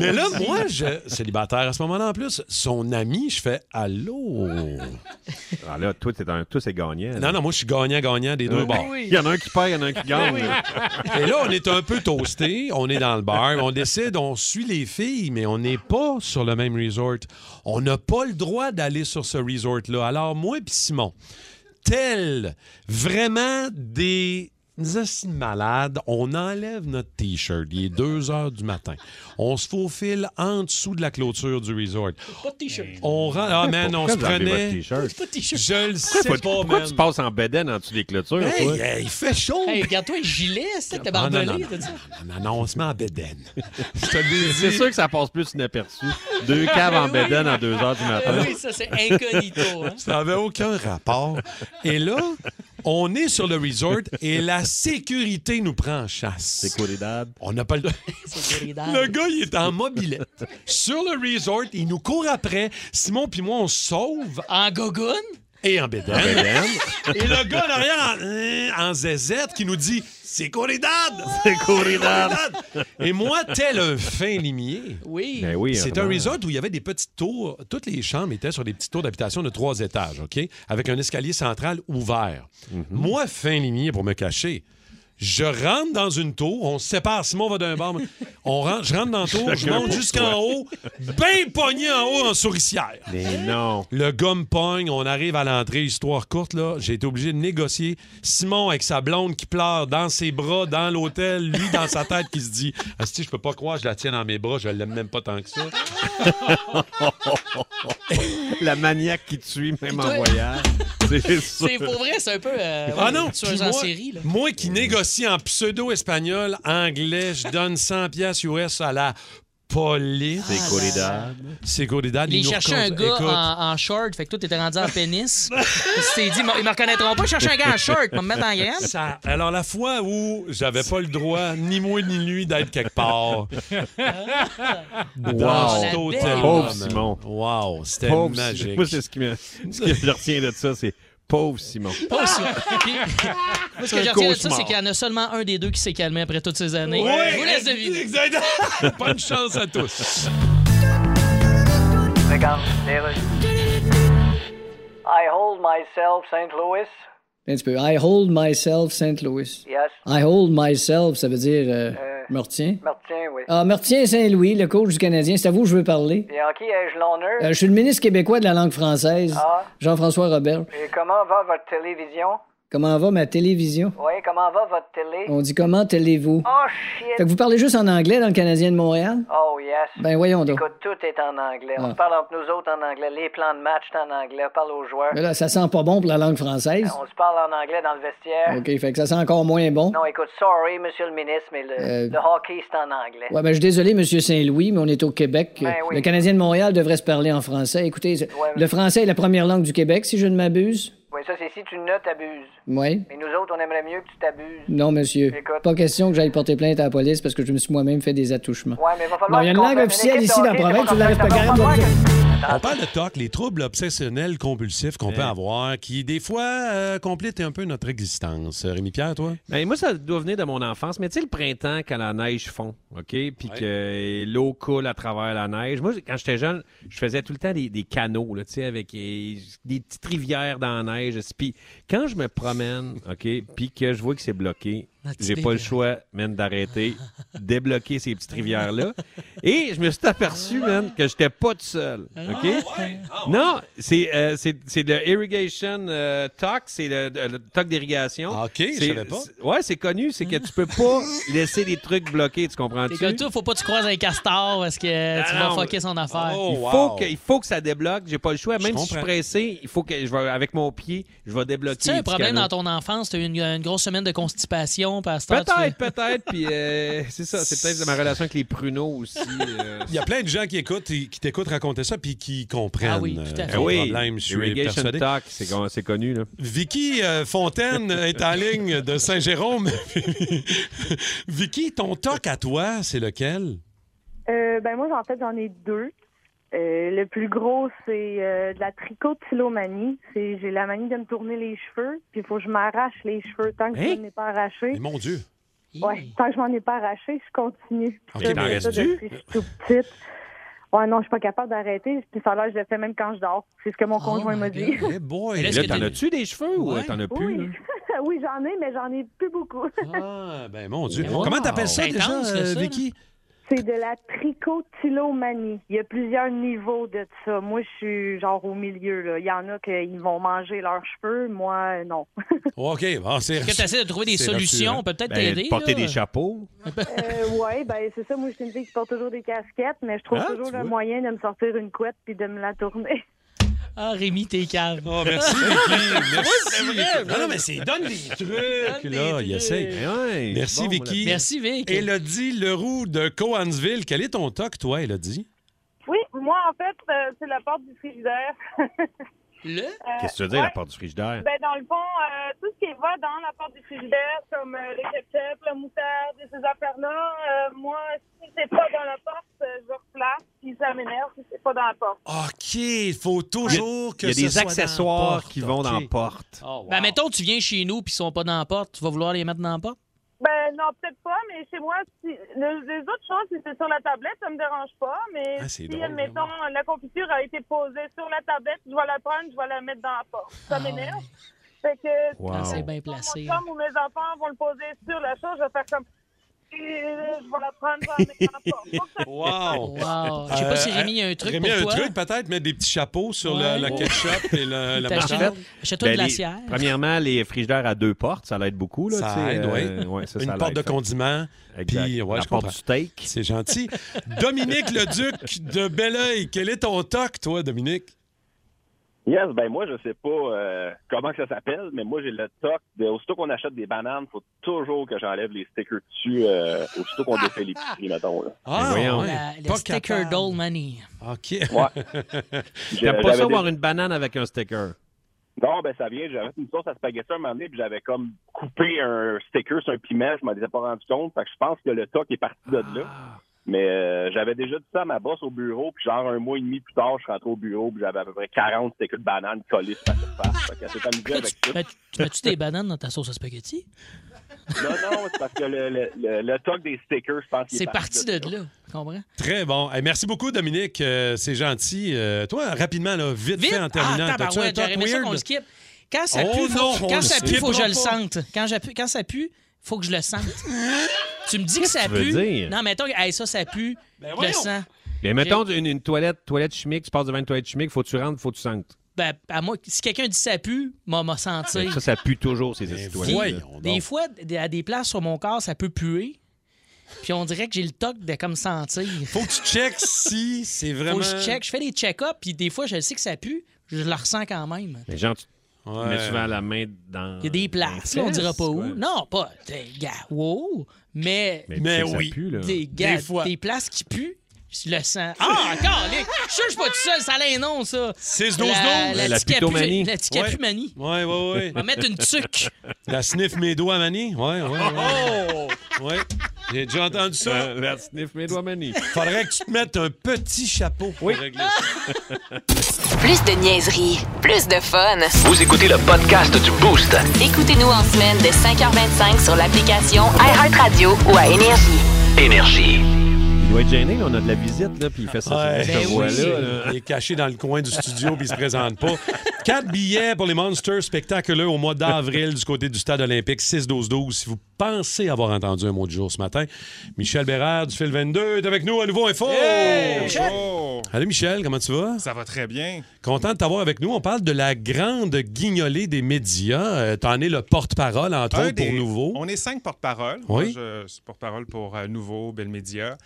Speaker 2: Mais là, moi, je- célibataire à ce moment-là en plus, son ami, je fais allô.
Speaker 3: <laughs> Ah là, toi, t'es un... toi, c'est gagnant.
Speaker 2: Non, non, moi, je suis gagnant-gagnant des deux bords.
Speaker 3: Il y en a un qui perd, il y en a un qui gagne. <laughs>
Speaker 2: <laughs> Et là, on est un peu toasté, on est dans le bar, on décide, on suit les filles, mais on n'est pas sur le même resort. On n'a pas le droit d'aller sur ce resort-là. Alors, moi puis Simon, tel vraiment des assis de malades, on enlève notre T-shirt. Il est 2 heures du matin. On se faufile en dessous de la clôture du resort.
Speaker 4: Pas de t-shirt.
Speaker 2: On rentre.
Speaker 3: <laughs>
Speaker 2: Ah, man, on
Speaker 3: Pourquoi
Speaker 2: se
Speaker 3: vous enlevez votre
Speaker 2: prenait.
Speaker 3: t-shirt?
Speaker 4: Pas de t-shirt.
Speaker 2: Je le sais
Speaker 3: Pourquoi,
Speaker 2: pas,
Speaker 3: tu- pourquoi
Speaker 2: man.
Speaker 3: tu passes en bédaine en dessous des clôtures,
Speaker 2: Hey,
Speaker 3: toi?
Speaker 2: hey, il fait chaud.
Speaker 4: Hey, regarde-toi, le gilet, c'est t'es
Speaker 2: Ah, non, non,
Speaker 4: barbelé,
Speaker 2: non,
Speaker 4: t'as dit ça?
Speaker 2: non, non, non, on se met
Speaker 3: <laughs>
Speaker 2: en bédaine. Je te le dis.
Speaker 3: C'est sûr que ça passe plus inaperçu. Deux
Speaker 4: Ah,
Speaker 3: caves
Speaker 4: ben
Speaker 3: en bédaine en deux heures du matin.
Speaker 4: Oui, ça, c'est incognito. hein.
Speaker 2: Ça n'avait aucun rapport. Et là, On est sur le resort et la sécurité nous prend en chasse.
Speaker 3: Sécuridad.
Speaker 2: On n'a pas
Speaker 4: <laughs>
Speaker 2: le droit. Le gars, il est en mobilette. Sur le resort, il nous court après. Simon puis moi, on se sauve.
Speaker 4: En gogoune?
Speaker 2: Et en bédaine.
Speaker 3: En bédaine.
Speaker 2: Et le gars derrière, en, en zézette, qui nous dit Sécuridad!
Speaker 3: Sécuridad!
Speaker 2: <laughs> Et moi, tel un fin limier.
Speaker 4: Oui.
Speaker 3: Ben oui,
Speaker 2: C'est un
Speaker 3: vraiment.
Speaker 2: resort où il y avait des petites tours. Toutes les chambres étaient sur des petites tours d'habitation de trois étages, OK? Avec un escalier central ouvert.
Speaker 3: Mhm.
Speaker 2: Moi, fin limier pour me cacher. Je rentre dans une tour, on se sépare, Simon va d'un bar. On rentre, je rentre dans la tour, je
Speaker 3: Chacun
Speaker 2: monte
Speaker 3: pour
Speaker 2: jusqu'en
Speaker 3: soi.
Speaker 2: haut, ben pogné en haut en souricière.
Speaker 3: Mais non.
Speaker 2: Le gars me pogne, on arrive à l'entrée, histoire courte, là. J'ai été obligé de négocier. Simon avec sa blonde qui pleure dans ses bras, dans l'hôtel, lui dans sa tête qui se dit Asti, je peux pas croire, je la tiens dans mes bras, je l'aime même pas tant que ça.
Speaker 3: <laughs> La maniaque qui tue même en
Speaker 4: Toi-
Speaker 3: voyage. C'est sûr.
Speaker 4: C'est pour vrai, c'est un peu. euh,
Speaker 2: Ah
Speaker 4: ouais,
Speaker 2: non,
Speaker 4: tu
Speaker 2: puis
Speaker 4: es
Speaker 2: moi,
Speaker 4: en série, là.
Speaker 2: moi qui négocie en pseudo-espagnol, anglais, je donne 100 pièces US à la police.
Speaker 3: Sécuridad.
Speaker 2: Sécuridad.
Speaker 4: Il
Speaker 2: nous
Speaker 4: cherchait un
Speaker 2: recon-
Speaker 4: gars
Speaker 2: Écoute,
Speaker 4: en, en short, fait que toi, t'étais rendu en <laughs> pénis. Il s'est dit, ils me reconnaîtront pas, je cherche un gars en short, pour me mettre en graine.
Speaker 2: Ça- alors, la fois où j'avais pas le droit, ni moi ni lui, d'être quelque part dans
Speaker 3: Wow.
Speaker 2: cet hôtel.
Speaker 3: Pauvre Simon.
Speaker 2: Wow, c'était
Speaker 3: Pauvre Simon.
Speaker 2: magique.
Speaker 3: Moi, c'est ce, qui me- ce que je retiens de ça, c'est pauvre Simon.
Speaker 4: <laughs> Pas sûr. Puis- Moi, ce que
Speaker 3: Un
Speaker 4: j'ai retiens de ça,
Speaker 3: cauchemar.
Speaker 4: c'est qu'il y en a seulement un des deux qui s'est calmé après toutes ces années.
Speaker 2: Ouais,
Speaker 4: Je vous laisse deviner.
Speaker 2: exact. Bonne chance à tous.
Speaker 6: Regarde, les rues. I hold myself St. Louis.
Speaker 7: Un petit peu. I hold myself St. Louis.
Speaker 6: Yes.
Speaker 7: I hold myself, ça veut dire. Euh,
Speaker 6: Euh,
Speaker 7: me retiens.
Speaker 6: Martin, oui.
Speaker 7: Ah, me retiens Saint-Louis, le coach du Canadien, c'est à vous que je veux parler.
Speaker 6: Et en qui ai-je l'honneur?
Speaker 7: Euh, je suis le ministre québécois de la langue française,
Speaker 6: Ah.
Speaker 7: Jean-François Robert.
Speaker 6: Et comment va votre télévision?
Speaker 7: Comment va ma télévision?
Speaker 6: Oui, comment va votre télé?
Speaker 7: On dit comment allez-vous?
Speaker 6: Oh shit!
Speaker 7: Fait que vous parlez juste en anglais dans le Canadien de Montréal?
Speaker 6: Oh yes.
Speaker 7: Ben voyons donc.
Speaker 6: Écoute, tout est en anglais.
Speaker 7: Ah.
Speaker 6: On parle entre nous autres en anglais. Les plans de match, c'est en anglais. On parle aux joueurs.
Speaker 7: Mais là, ça sent pas bon pour la langue française.
Speaker 6: euh, On se parle en anglais dans le vestiaire.
Speaker 7: OK, fait que ça sent encore moins bon.
Speaker 6: Non, écoute, sorry, monsieur le ministre, mais le,
Speaker 7: Euh.
Speaker 6: le hockey, c'est en anglais.
Speaker 7: Ouais, ben, je suis désolé, Monsieur Saint-Louis, mais on est au Québec.
Speaker 6: Ben oui.
Speaker 7: Le Canadien de Montréal devrait se parler en français. Écoutez, le français est la première langue du Québec, si je ne m'abuse.
Speaker 6: Oui, ça, c'est si tu ne t'abuses.
Speaker 7: Oui.
Speaker 6: Mais nous autres, on aimerait mieux que tu t'abuses.
Speaker 7: Non, monsieur.
Speaker 6: Écoute.
Speaker 7: Pas question que j'aille porter plainte à la police parce que je me suis moi-même fait des attouchements.
Speaker 6: Ouais, mais va falloir
Speaker 7: Non, il y a une
Speaker 6: qu'on
Speaker 7: langue
Speaker 6: fasse
Speaker 7: officielle
Speaker 6: équipe
Speaker 7: ici
Speaker 6: de
Speaker 7: dans la
Speaker 6: hockey,
Speaker 7: province,
Speaker 6: c'est
Speaker 7: vous l'avez
Speaker 6: qu'on
Speaker 7: pas
Speaker 6: fasse
Speaker 7: capable de
Speaker 6: pas
Speaker 7: le dire.
Speaker 2: On parle de TOC, les troubles obsessionnels compulsifs qu'on peut avoir, qui des fois euh, complètent un peu notre existence. Rémi Pierre, toi?
Speaker 3: Ben, moi, ça doit venir de mon enfance. Mais tu sais, le printemps, quand la neige fond, OK? Puis que euh, l'eau coule à travers la neige. Moi, quand j'étais jeune, je faisais tout le temps des, des canots, là, tu sais, avec euh, des petites rivières dans la neige. Puis quand je me promène, OK? Puis que je vois que c'est bloqué,
Speaker 4: Ah, tu
Speaker 3: j'ai pas le
Speaker 4: débloques.
Speaker 3: choix, man, d'arrêter, débloquer ces petites rivières-là. Et je me suis aperçu, man, que j'étais pas tout seul, OK? Non, c'est euh, c'est c'est le irrigation euh, talk, c'est le, le talk d'irrigation.
Speaker 2: Ah, OK, je
Speaker 3: C'est-
Speaker 2: savais pas.
Speaker 3: c'est- Ouais, c'est connu, c'est que tu peux pas laisser des trucs bloqués, tu comprends-tu?
Speaker 4: C'est comme toi, faut pas que tu croises un castor parce que tu
Speaker 3: Ah,
Speaker 4: vas
Speaker 3: non,
Speaker 4: fucker son affaire.
Speaker 2: Oh,
Speaker 3: il,
Speaker 2: wow.
Speaker 3: faut que, il faut que ça débloque, j'ai pas le choix.
Speaker 2: Je
Speaker 3: Même si je suis
Speaker 2: comprends.
Speaker 3: pressé, il faut que je vais avec mon pied, je vais débloquer.
Speaker 4: Tu sais,
Speaker 3: les
Speaker 4: un
Speaker 3: petits
Speaker 4: problème
Speaker 3: canaux.
Speaker 4: dans ton enfance, t'as eu une, une grosse semaine de constipation, pasteur.
Speaker 3: Peut-être, peut-être, puis euh, c'est ça, c'est peut-être ma relation avec les pruneaux aussi. euh,
Speaker 2: Il y a plein de gens qui écoutent, et- qui t'écoutent raconter ça, puis qui comprennent.
Speaker 4: Ah oui, tout à fait. Ah
Speaker 2: euh, ton problème, je suis
Speaker 3: irrigation
Speaker 2: persuadé.
Speaker 3: talk, c'est con- c'est connu là.
Speaker 2: Vicky
Speaker 3: <laughs>
Speaker 2: euh, Fontaine est en ligne de Saint-Jérôme. <laughs> Vicky, ton toc à toi, c'est lequel?
Speaker 14: Euh, ben moi, en fait, j'en ai deux. Euh, le plus gros, c'est euh, de la tricotylomanie. C'est j'ai la manie de me tourner les cheveux, puis il faut que je m'arrache les cheveux tant que
Speaker 3: Hein?
Speaker 14: je n'en ai pas arraché.
Speaker 2: Mais mon Dieu!
Speaker 14: Ouais, tant que je m'en ai pas arraché, je continue.
Speaker 2: Ok,
Speaker 14: Ça, c'est
Speaker 2: mais
Speaker 14: ça
Speaker 2: reste-tu?
Speaker 14: depuis que Je suis tout petite. Ouais, non, je suis pas capable d'arrêter. Puis ça, là, je le fais même quand je dors. C'est ce que mon
Speaker 2: Ah,
Speaker 4: Oh
Speaker 14: conjoint
Speaker 4: my
Speaker 14: m'a
Speaker 4: God.
Speaker 14: dit.
Speaker 2: Eh boy!
Speaker 4: Et là,
Speaker 3: Et
Speaker 4: Est-ce
Speaker 3: Là,
Speaker 4: que
Speaker 3: t'en
Speaker 4: t'as-
Speaker 3: as-tu des cheveux ou euh,
Speaker 4: Ouais.
Speaker 3: t'en as plus?
Speaker 14: Oui,
Speaker 3: là?
Speaker 14: <laughs> oui j'en ai, mais j'en ai plus beaucoup.
Speaker 2: Ah, ben mon Dieu.
Speaker 3: Wow.
Speaker 2: Comment t'appelles ça
Speaker 4: C'est
Speaker 2: déjà,
Speaker 4: Ah, intense,
Speaker 2: euh,
Speaker 4: ça, là.
Speaker 2: Vicky?
Speaker 14: C'est de la tricotylomanie. Il y a plusieurs niveaux de ça. Moi, je suis genre au milieu. Là. Il y en a qui vont manger leurs cheveux. Moi, non.
Speaker 2: Oh, OK, bon, c'est...
Speaker 4: Que tu essaies de trouver des
Speaker 2: C'est
Speaker 4: solutions,
Speaker 2: rassurant.
Speaker 4: on peut peut-être
Speaker 3: Ben,
Speaker 4: t'aider.
Speaker 3: porter
Speaker 4: là.
Speaker 3: des chapeaux.
Speaker 14: Euh, ouais, ben c'est ça. Moi, je suis une fille qui porte toujours des casquettes, mais je trouve
Speaker 3: Ah,
Speaker 14: toujours
Speaker 3: tu
Speaker 14: le
Speaker 3: vois.
Speaker 14: moyen de me sortir une couette puis de me la tourner.
Speaker 4: Ah, Rémi, t'es calme.
Speaker 2: Oh,
Speaker 4: <laughs>
Speaker 2: merci, Vicky. Merci.
Speaker 3: vrai,
Speaker 2: non, non, mais c'est... Donne des trucs,
Speaker 4: Donne des
Speaker 2: là. Il
Speaker 4: trucs.
Speaker 2: essaye.
Speaker 3: Ben Ouais,
Speaker 2: Merci,
Speaker 3: bon,
Speaker 2: Vicky.
Speaker 4: Merci, Vic.
Speaker 2: Elodie Leroux de Coansville. Quel est ton toc, toi, Elodie?
Speaker 15: euh,
Speaker 14: Oui, moi, en fait, c'est la porte du frigidaire.
Speaker 4: Le?
Speaker 13: Qu'est-ce que tu veux dire,
Speaker 15: ouais.
Speaker 13: la porte du frigidaire?
Speaker 15: Euh, Ben, dans le fond, euh, tout ce qui va dans la porte du frigidaire, comme euh, les ketchup, la moutarde, et ces affaires-là, euh, moi, si c'est pas dans la porte, euh, je replace, puis ça m'énerve si c'est pas dans la porte.
Speaker 2: OK, il faut toujours que
Speaker 13: Il y a
Speaker 2: ce
Speaker 13: des
Speaker 2: soit dans la
Speaker 13: accessoires
Speaker 2: porte.
Speaker 13: qui vont dans
Speaker 2: OK. Oh,
Speaker 13: la porte.
Speaker 4: Ben, mettons, tu viens chez nous puis ils sont pas dans la porte, tu vas vouloir les mettre dans la porte?
Speaker 15: Ben, non, peut-être pas, mais chez moi, si, le- les autres choses, si c'est sur la tablette, ça me dérange pas, mais
Speaker 4: Ah, c'est
Speaker 15: si,
Speaker 4: drôle,
Speaker 15: admettons, la confiture a été posée sur la tablette, je vais la prendre, je vais la mettre dans la porte. Ça m'énerve. Fait que,
Speaker 4: Ah, Wow. Ah, c'est bien
Speaker 15: Mon
Speaker 4: placé,
Speaker 15: chum ou mes enfants vont le poser sur la chose, je vais faire comme. Et là, Je vais la prendre, je vais la mettre dans la porte.
Speaker 2: Wow!
Speaker 4: Wow. Je
Speaker 2: Euh,
Speaker 4: sais pas si Rémi a un truc
Speaker 2: Rémi
Speaker 4: pour
Speaker 2: a un
Speaker 4: toi.
Speaker 2: truc, peut-être, mettre des petits chapeaux sur le-
Speaker 4: Ouais.
Speaker 2: le, ketchup
Speaker 4: <laughs>
Speaker 2: et le, la
Speaker 4: T'achètes-
Speaker 2: moutarde.
Speaker 4: achète-toi une
Speaker 13: Ben, les-
Speaker 4: glacière.
Speaker 13: Premièrement, les frigidaires à deux portes, ça l'aide beaucoup. Là, tu
Speaker 2: Ça
Speaker 13: sais,
Speaker 2: aide,
Speaker 13: euh,
Speaker 2: oui.
Speaker 13: ouais, ça,
Speaker 2: Une
Speaker 13: ça
Speaker 2: porte de
Speaker 13: l'aide.
Speaker 2: condiments.
Speaker 13: Exact.
Speaker 2: Puis, ouais,
Speaker 13: La
Speaker 2: je
Speaker 13: porte
Speaker 2: comprends.
Speaker 13: du steak.
Speaker 3: <laughs>
Speaker 2: C'est gentil. Dominique Leduc de Belleuil, quel est ton toc, toi, Dominique?
Speaker 16: Yes, ben moi, je sais pas euh, comment que ça s'appelle, mais moi, j'ai le toc de, aussitôt qu'on achète des bananes, faut toujours que j'enlève les stickers dessus, euh, aussitôt qu'on défait l'épicerie, mettons. Là.
Speaker 4: La- euh, le sticker doll money.
Speaker 2: OK.
Speaker 17: <laughs>
Speaker 3: <laughs>
Speaker 16: Ouais.
Speaker 13: J'aime pas
Speaker 16: J'avais
Speaker 13: ça
Speaker 16: des-
Speaker 13: avoir une banane avec un sticker.
Speaker 16: Non, ben ça vient, j'avais fait une sauce à spaghetti un moment donné, puis j'avais comme coupé un sticker sur un piment, je m'en étais pas rendu compte, fait que je pense que le toc est parti de là.
Speaker 4: Ah.
Speaker 16: Mais euh, j'avais déjà dit ça à ma boss au bureau, puis genre un mois et demi plus tard, je suis rentré au bureau, puis j'avais à peu près 40 stickers de bananes collés sur ma surface. Fait qu'elle s'est amusée avec ça.
Speaker 4: <laughs> Ben, tu- tu mets-tu des bananes dans ta sauce à spaghetti?
Speaker 16: Non, non, c'est parce que le, le, le, le toc des stickers, je pense qu'il est
Speaker 4: C'est parti de là, tu comprends?
Speaker 2: Très bon. Eh, merci beaucoup, Dominique. Euh, c'est gentil. Euh, toi, rapidement, là, vite, fait en terminant.
Speaker 4: ah,
Speaker 2: t'as-tu un
Speaker 4: tabarouette, j'aurais
Speaker 2: toc
Speaker 4: aimé ça qu'on
Speaker 2: weird?
Speaker 4: le skip. Quand ça
Speaker 2: Oh
Speaker 4: pue, faut,
Speaker 2: non, on
Speaker 4: quand
Speaker 2: le
Speaker 4: ça pue, faut que je
Speaker 2: skippera
Speaker 4: le
Speaker 2: pas.
Speaker 4: sente. Quand, j'appuie- quand ça pue, faut que je le sente. tu me dis que
Speaker 13: Qu'est-ce
Speaker 4: ça
Speaker 13: que tu veux
Speaker 4: pue.
Speaker 13: dire?
Speaker 4: Non, mais attends, hey, ça, ça pue. je le
Speaker 13: voyons.
Speaker 4: sens.
Speaker 13: Mais mettons une, une toilette, toilette chimique, tu passes devant une toilette chimique, faut que tu rentres, faut que tu sentes.
Speaker 4: Ben, à moi, si quelqu'un dit ça pue, m'a m'a senti.
Speaker 13: Ben,
Speaker 2: Ben,
Speaker 13: Ça, ça pue toujours, ces petites
Speaker 4: Puis,
Speaker 13: toilettes.
Speaker 4: des fois, d- à des places sur mon corps, ça peut puer. Puis on dirait que j'ai le toc de comme sentir.
Speaker 2: Faut que tu checkes si c'est vraiment.
Speaker 4: Faut que je check. Je fais des check-ups, puis des fois, je sais que ça pue. Je le ressens quand même.
Speaker 13: Les gens, tu tu
Speaker 2: Ouais.
Speaker 13: mets souvent la main dans.
Speaker 4: Il y a des places, là, on dira pas où. Non, pas. Des gars, wow. Mais,
Speaker 13: Mais tu sais que ça pue, là.
Speaker 4: Des gars,
Speaker 13: Des
Speaker 4: des,
Speaker 13: fois.
Speaker 4: places qui puent, je le sens. Ah, encore, les... je suis sûr que je suis pas tout seul, ça a un nom, ça.
Speaker 2: 6 12
Speaker 4: La,
Speaker 2: 12
Speaker 4: la, petite capu- La petite capumanie.
Speaker 2: Ouais, ouais, ouais. ouais.
Speaker 4: On va mettre une tuque.
Speaker 2: <laughs> La sniff mes doigts manie. Ouais, ouais. ouais.
Speaker 4: Oh!
Speaker 2: Ouais. J'ai déjà entendu ça.
Speaker 13: la sniff mes doigts manie.
Speaker 2: Faudrait que tu te mettes un petit chapeau. Oui.
Speaker 8: Plus de niaiserie, plus de fun.
Speaker 1: Vous écoutez le podcast du Boost.
Speaker 8: Écoutez-nous en semaine de 5h25 sur l'application iHeartRadio ou à Énergie.
Speaker 1: Énergie.
Speaker 13: Il doit être gêné, là, on a de la visite, là, puis il fait ça.
Speaker 2: Ouais.
Speaker 13: je te vois là, là.
Speaker 2: Ben Il est caché dans le coin du studio puis il se présente pas. Quatre billets pour les Monsters spectaculaires au mois d'avril du côté du stade olympique 6-12-12. Si vous pensez avoir entendu un mot du jour ce matin, Michel Bérard du Fil 22 est avec nous à nouveau info.
Speaker 17: Michel!
Speaker 2: Allô Michel, comment tu vas?
Speaker 17: Ça va très bien.
Speaker 2: Content de t'avoir avec nous. On parle de la grande guignolée des médias. Euh, T'en es le porte-parole, entre
Speaker 17: Un
Speaker 2: autres, pour
Speaker 17: des-
Speaker 2: nouveau.
Speaker 17: On est cinq porte-parole.
Speaker 2: Oui.
Speaker 17: Moi, je suis porte-parole pour euh, Nouveau, Belle Média.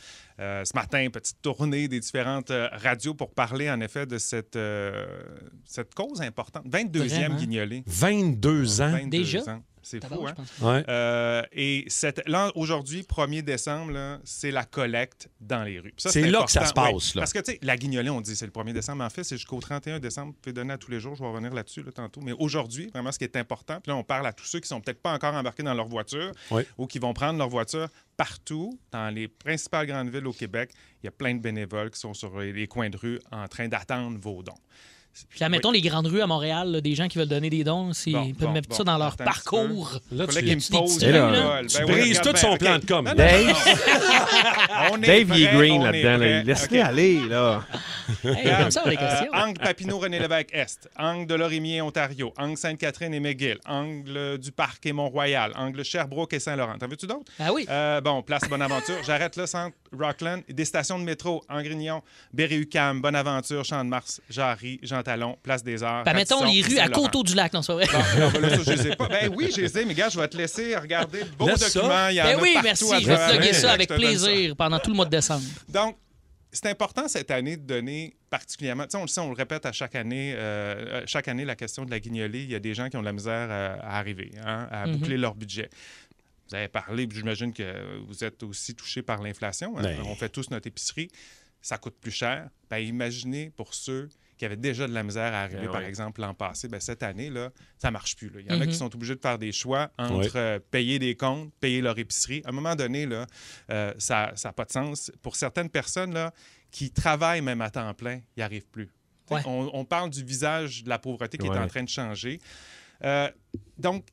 Speaker 17: Euh, ce matin, petite tournée des différentes euh, radios pour parler, en effet, de cette, euh, cette cause importante. 22e
Speaker 2: Vraiment.
Speaker 17: guignolée.
Speaker 2: 22 ans.
Speaker 17: 22 ans. C'est fou, hein?
Speaker 2: Ouais.
Speaker 17: Euh, et cette, là, aujourd'hui, 1er décembre, là, c'est la collecte dans les rues. Puis ça,
Speaker 2: C'est là
Speaker 17: important.
Speaker 2: que ça se passe, là.
Speaker 17: Parce que, tu sais, la guignolée, on dit c'est le 1er décembre. mais En fait, c'est jusqu'au 31 décembre. Vous pouvez donner à tous les jours. Je vais revenir là-dessus là, tantôt. Mais aujourd'hui, vraiment, ce qui est important, puis là, on parle à tous ceux qui sont peut-être pas encore embarqués dans leur voiture
Speaker 2: Oui.
Speaker 17: ou qui vont prendre leur voiture partout, dans les principales grandes villes au Québec. Il y a plein de bénévoles qui sont sur les coins de rue en train d'attendre vos dons.
Speaker 4: Puis là, mettons les grandes rues à Montréal, là, des gens qui veulent donner des dons, s'ils
Speaker 17: Bon,
Speaker 4: peuvent
Speaker 17: bon,
Speaker 4: mettre
Speaker 17: bon.
Speaker 4: ça dans leur
Speaker 17: Attends un petit peu.
Speaker 4: parcours.
Speaker 17: Là, tu-
Speaker 4: Fallait
Speaker 17: il me
Speaker 4: qu'ils me
Speaker 17: pose
Speaker 4: disent,
Speaker 17: des
Speaker 4: là.
Speaker 17: paroles.
Speaker 2: Tu
Speaker 17: Ben oui,
Speaker 2: brises
Speaker 17: regarde,
Speaker 2: tout
Speaker 17: ben,
Speaker 2: son
Speaker 17: ok.
Speaker 2: plan de com.
Speaker 17: Non, non,
Speaker 2: Dave.
Speaker 17: non,
Speaker 2: Ah,
Speaker 17: non. On est
Speaker 13: Dave, il est
Speaker 17: prêt,
Speaker 13: green
Speaker 17: on est
Speaker 13: là-dedans. là.
Speaker 17: prêt.
Speaker 13: Laisse-le
Speaker 17: Ok.
Speaker 13: aller, là.
Speaker 17: Regarde, euh, angle Papineau, René Lévesque Est, angle de Lorimier, Ontario, angle Sainte-Catherine et McGill, angle euh, du Parc et Mont-Royal, angle Sherbrooke et Saint-Laurent. T'en veux-tu d'autres? Euh,
Speaker 4: Ah oui.
Speaker 17: bon, place Bonaventure. J'arrête là, centre Rockland, des stations de métro, Angrignon, Berry-UQAM, Bonaventure, Champ-de-Mars, Jarry, Jean-Talon, Place des Arts.
Speaker 4: Ben, mettons
Speaker 17: Radisson
Speaker 4: les
Speaker 17: et
Speaker 4: rues à
Speaker 17: Saint-Laurent.
Speaker 4: Coteau du Lac, non, c'est pas vrai.
Speaker 17: Non, ben là, ça, je les ai pas. Ben oui, je les ai, mais gars, je vais te laisser regarder le beau
Speaker 4: Laisse ça.
Speaker 17: document. Il y en
Speaker 4: ben
Speaker 17: a
Speaker 4: oui,
Speaker 17: partout
Speaker 4: merci.
Speaker 17: à
Speaker 4: Je vais te
Speaker 17: travers.
Speaker 4: plugger
Speaker 17: Je
Speaker 4: ça
Speaker 17: te
Speaker 4: avec
Speaker 17: donne ça.
Speaker 4: plaisir pendant tout le mois de décembre.
Speaker 17: Donc, c'est important cette année de donner particulièrement. Tu sais, on le sait, on le répète à chaque année. euh, euh, chaque année, la question de la guignolée, il y a des gens qui ont de la misère euh, à arriver, hein, à
Speaker 2: Mhm.
Speaker 17: boucler leur budget. Vous avez parlé, puis j'imagine que vous êtes aussi touché par l'inflation. hein.
Speaker 2: Ben.
Speaker 17: On fait tous notre épicerie. Ça coûte plus cher. Ben, imaginez pour ceux qui avaient déjà de la misère à arriver,
Speaker 5: Ben
Speaker 17: par
Speaker 5: ouais.
Speaker 17: exemple, l'an passé, ben, cette année, là, ça marche plus. là. Il y en a
Speaker 5: Mhm.
Speaker 17: qui sont obligés de faire des choix entre
Speaker 5: Ouais.
Speaker 17: euh, payer des comptes, payer leur épicerie. À un moment donné, là, euh, ça n'a pas de sens. Pour certaines personnes là, qui travaillent même à temps plein, ils n'y arrivent plus. T'sais, On, on parle du visage de la pauvreté qui
Speaker 5: Ouais.
Speaker 17: est en train de changer. Euh, donc,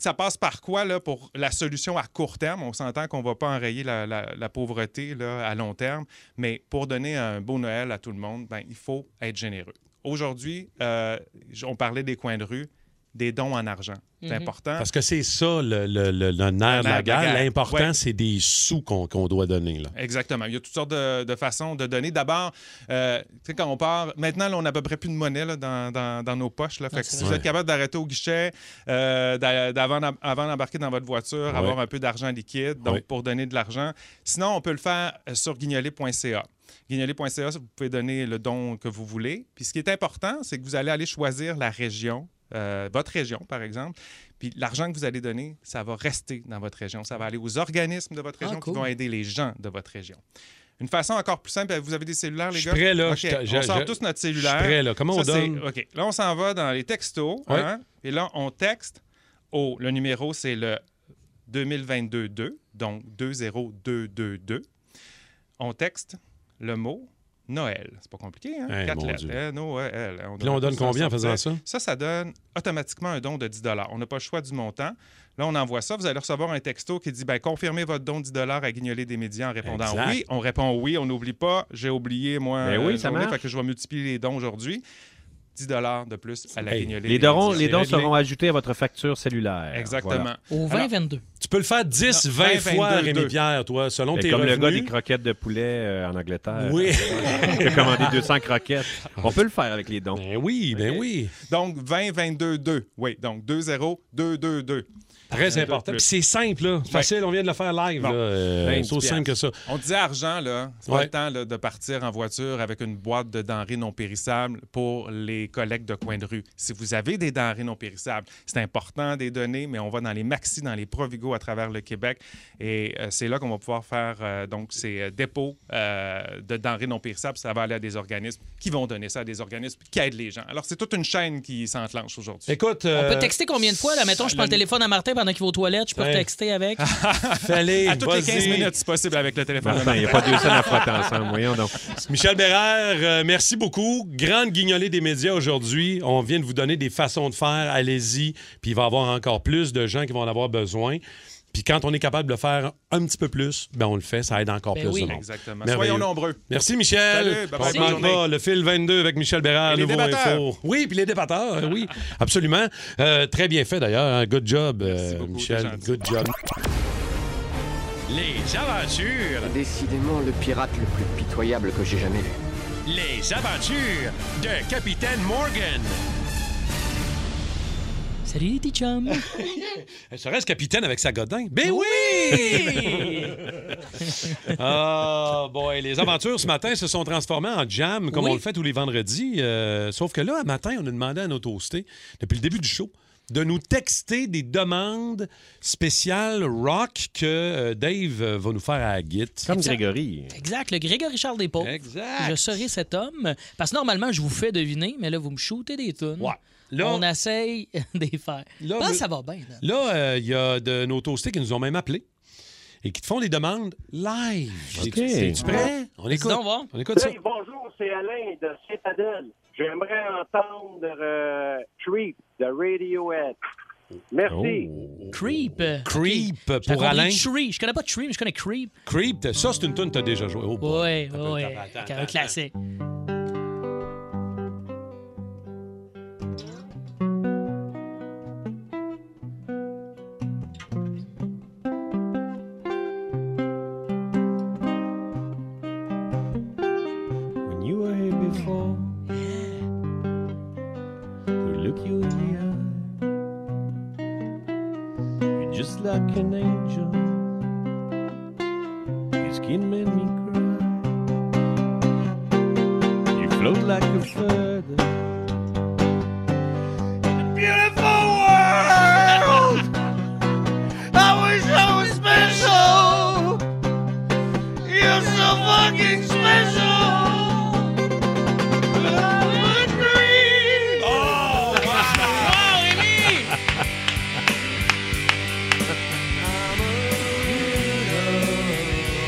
Speaker 17: ça passe par quoi là, pour la solution à court terme? On s'entend qu'on ne va pas enrayer la, la- la pauvreté là, à long terme, mais pour donner un beau Noël à tout le monde, ben, il faut être généreux. Aujourd'hui, euh, j- on parlait des coins de rue, des dons en argent. C'est
Speaker 2: Mhm.
Speaker 17: important.
Speaker 2: Parce que c'est ça le, le- le- le nerf de la guerre. L'important,
Speaker 17: Ouais.
Speaker 2: c'est des sous qu'on qu'on doit donner. Là.
Speaker 17: Exactement. Il y a toutes sortes de, de façons de donner. D'abord, euh, tu sais, quand on part, maintenant, là, on n'a à peu près plus de monnaie là, dans, dans- dans nos poches. Là. Fait
Speaker 2: Non,
Speaker 17: que
Speaker 2: Ah, c'est
Speaker 17: si
Speaker 2: vrai.
Speaker 17: vous êtes capable d'arrêter au guichet, euh, d'a- d'avant d'em- avant d'embarquer dans votre voiture,
Speaker 2: Ouais.
Speaker 17: avoir un peu d'argent liquide, donc
Speaker 2: Ouais.
Speaker 17: pour donner de l'argent. Sinon, on peut le faire euh, sur guignolet.ca. Guignolet.ca, vous pouvez donner le don que vous voulez. Puis ce qui est important, c'est que vous allez aller choisir la région, euh, votre région, par exemple. Puis l'argent que vous allez donner, ça va rester dans votre région. Ça va aller aux organismes de votre
Speaker 5: Ah,
Speaker 17: région
Speaker 5: cool.
Speaker 17: qui vont aider les gens de votre région. Une façon encore plus simple, vous avez des cellulaires, les
Speaker 2: Je suis
Speaker 17: gars?
Speaker 2: prêt, là.
Speaker 17: OK,
Speaker 2: Je t'a- je-
Speaker 17: on sort
Speaker 2: je-
Speaker 17: tous notre cellulaire.
Speaker 2: je suis prêt, là. Comment on
Speaker 17: Ça, c'est-
Speaker 2: donne?
Speaker 17: OK. Là, on s'en va dans les textos.
Speaker 2: Ouais.
Speaker 17: hein? Et là, on texte. Oh, le numéro, c'est le 2022-2, donc 20222. On texte le mot Noël. C'est pas compliqué, hein?
Speaker 2: Hey,
Speaker 17: Quatre
Speaker 2: Eh, mon
Speaker 17: lettres. Eh,
Speaker 2: Dieu.
Speaker 17: N-O-E-L.
Speaker 2: Puis là, on donne combien en
Speaker 17: Ben,
Speaker 2: faisant ça?
Speaker 17: Ça, ça donne automatiquement un don de 10 On n'a pas le choix du montant. Là, on envoie ça. Vous allez recevoir un texto qui dit ben, Confirmez votre don 10 à Guignoler des médias en répondant
Speaker 5: Exact.
Speaker 17: oui. On répond oui. On n'oublie pas. J'ai oublié, moi.
Speaker 5: Ben oui,
Speaker 17: euh,
Speaker 5: ça
Speaker 17: journée,
Speaker 5: marche.
Speaker 17: fait que je vais multiplier les dons aujourd'hui. 10 de plus à la
Speaker 13: Hey,
Speaker 17: Guignolée
Speaker 13: les
Speaker 17: des
Speaker 13: dons,
Speaker 17: Médias.
Speaker 13: les dons
Speaker 17: C'est réglé.
Speaker 13: seront ajoutés à votre facture cellulaire.
Speaker 17: Exactement.
Speaker 4: Au 20-22.
Speaker 2: Tu peux le faire 10,
Speaker 13: Non,
Speaker 2: 20
Speaker 13: 20,
Speaker 2: fois,
Speaker 13: 22.
Speaker 2: Rémi-Pierre, toi, Euh, selon
Speaker 13: C'est
Speaker 2: tes
Speaker 13: comme le gars
Speaker 2: revenus.
Speaker 13: des croquettes de poulet euh, en Angleterre.
Speaker 2: Oui.
Speaker 13: <laughs>
Speaker 2: Ah.
Speaker 13: Il a commandé 200 croquettes. On peut le faire avec les <laughs> dons.
Speaker 2: oui, ben
Speaker 17: Ok.
Speaker 2: oui.
Speaker 17: Donc 20 22 2. Oui, donc 2 0 2 2 2.
Speaker 2: Très important. Puis c'est simple, là. C'est Facile, on vient de le faire live.
Speaker 17: Bon.
Speaker 2: là. Euh,
Speaker 17: Ben,
Speaker 2: c'est aussi
Speaker 17: 10
Speaker 2: simple que ça.
Speaker 17: On disait argent, là. C'est
Speaker 2: Ouais.
Speaker 17: pas le temps là, de partir en voiture avec une boîte de denrées non périssables pour les collectes de coin de rue. Si vous avez des denrées non périssables, c'est important des données, mais on va dans les maxi, dans les provigo à travers le Québec. Et euh, c'est là qu'on va pouvoir faire euh, donc ces euh, dépôts euh, de denrées non périssables. Ça va aller à des organismes qui vont donner ça à des organismes qui aident les gens. Alors, c'est toute une chaîne qui s'enclenche aujourd'hui.
Speaker 2: Écoute. euh,
Speaker 4: On
Speaker 17: euh,
Speaker 4: peut
Speaker 2: <laughs>
Speaker 4: texter combien de fois? Là, mettons, je prends le téléphone à Martin pendant qu'il va aux toilettes, je peux
Speaker 17: Ouais.
Speaker 4: texter
Speaker 2: <laughs>
Speaker 4: avec.
Speaker 2: Fallait,
Speaker 17: à toutes les
Speaker 2: vas-y.
Speaker 17: 15 minutes, si possible, avec le téléphone. de
Speaker 13: Martin, il n'y a pas
Speaker 17: Martin.
Speaker 13: deux scènes à frotter ensemble. Voyons donc.
Speaker 2: Michel Bérard, euh, merci beaucoup. Grande guignolée des médias aujourd'hui. On vient de vous donner des façons de faire. Allez-y. Puis il va y avoir encore plus de gens qui vont en avoir besoin. Puis quand on est capable de le faire un petit peu plus, ben on le fait. Ça aide encore
Speaker 17: Ben
Speaker 2: plus
Speaker 17: oui.
Speaker 2: de monde.
Speaker 17: Exactement.
Speaker 2: Merveilleux.
Speaker 17: Soyons nombreux.
Speaker 2: Merci, Michel.
Speaker 17: Salut, bye
Speaker 2: on
Speaker 17: bye,
Speaker 2: te
Speaker 17: bonne
Speaker 2: manque
Speaker 17: journée.
Speaker 2: pas. Le fil 22 avec Michel Bérard,
Speaker 17: Et les
Speaker 2: Nouveau
Speaker 17: débatteurs.
Speaker 2: Info. Oui, puis les débatteurs. euh,
Speaker 17: <laughs>
Speaker 2: oui, absolument. Euh, très bien fait, d'ailleurs. hein. Good job, euh, Michel. Good job. Les aventures.
Speaker 10: Décidément le pirate le plus pitoyable que j'ai jamais vu.
Speaker 1: Les aventures de Capitaine Morgan.
Speaker 4: Salut les petits chums.
Speaker 2: Serait-ce capitaine avec sa godin? Ben oui! <laughs> Ah, boy, les aventures ce matin se sont transformées en jam, comme
Speaker 5: Oui.
Speaker 2: on le fait tous les vendredis. Euh, sauf que là, à matin, on a demandé à nos toastés, depuis le début du show, de nous texter des demandes spéciales rock que euh, Dave euh, va nous faire à la guite.
Speaker 13: Comme Grégory.
Speaker 4: Exact, le Grégory Charles des Pauvres.
Speaker 2: Exact.
Speaker 4: Je serai cet homme. Parce que normalement, je vous fais deviner, mais là, vous me shootez des tunes.
Speaker 2: Ouais. Là-
Speaker 4: on essaye <laughs> des faire.
Speaker 2: Là,
Speaker 4: Je pense
Speaker 2: vous-
Speaker 4: que ça va bien. là.
Speaker 2: Là, euh, il y a de nos toastés qui nous ont même appelés et qui te font des demandes live.
Speaker 12: OK.
Speaker 2: Es-tu prêt? On écoute. On écoute ça.
Speaker 12: Hey, bonjour, c'est Alain de Citadel. J'aimerais entendre euh, Creep de Radiohead. Merci.
Speaker 2: Oh.
Speaker 4: Creep.
Speaker 2: Creep
Speaker 4: Ok. J'ai
Speaker 2: pour
Speaker 4: compris
Speaker 2: Alain.
Speaker 4: Tree. Je connais pas Tree, mais je connais Creep.
Speaker 2: Creep, ça, c'est une tune que tu as déjà jouée. Oh, boy.
Speaker 4: Ouais, ouais.
Speaker 2: attends,
Speaker 4: C'est
Speaker 2: attends,
Speaker 4: un classique.
Speaker 13: When you were here before, we look you in the eye. You're just like an angel. Your skin made me cry. You float like a feather.
Speaker 9: Beautiful world! I wish I was special! You're so fucking special! I'm a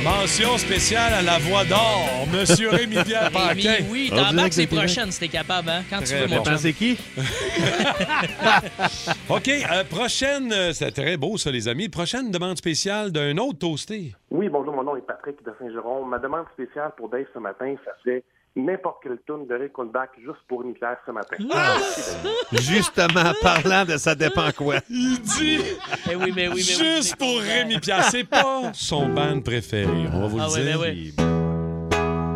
Speaker 2: mention spéciale à la voix d'or, Monsieur Rémi-Pierre
Speaker 4: Rémi,
Speaker 2: Paquin.
Speaker 4: oui, t'embarques les prochaines si t'es capable, hein? Quand tu veux, mon chum.
Speaker 2: qui? <laughs> OK, euh, prochaine, euh, c'est très beau ça, les amis. Prochaine demande spéciale d'un autre toasté.
Speaker 18: Oui, bonjour, mon nom est Patrick de Saint-Jérôme. Ma demande spéciale pour Dave ce matin, ça serait n'importe quel tune de Rick Hulbach juste pour une pierre ce matin.
Speaker 2: Ah! <laughs>
Speaker 3: Justement, parlant de ça dépend quoi.
Speaker 2: Il dit
Speaker 4: Mais oui, mais Eh oui, mais oui,
Speaker 2: juste
Speaker 4: c'est
Speaker 2: pour
Speaker 4: correct.
Speaker 2: Rémi Pierre, c'est pas son band préféré, on va vous
Speaker 4: Ah
Speaker 2: le
Speaker 4: ouais,
Speaker 2: dire.
Speaker 4: ben ouais.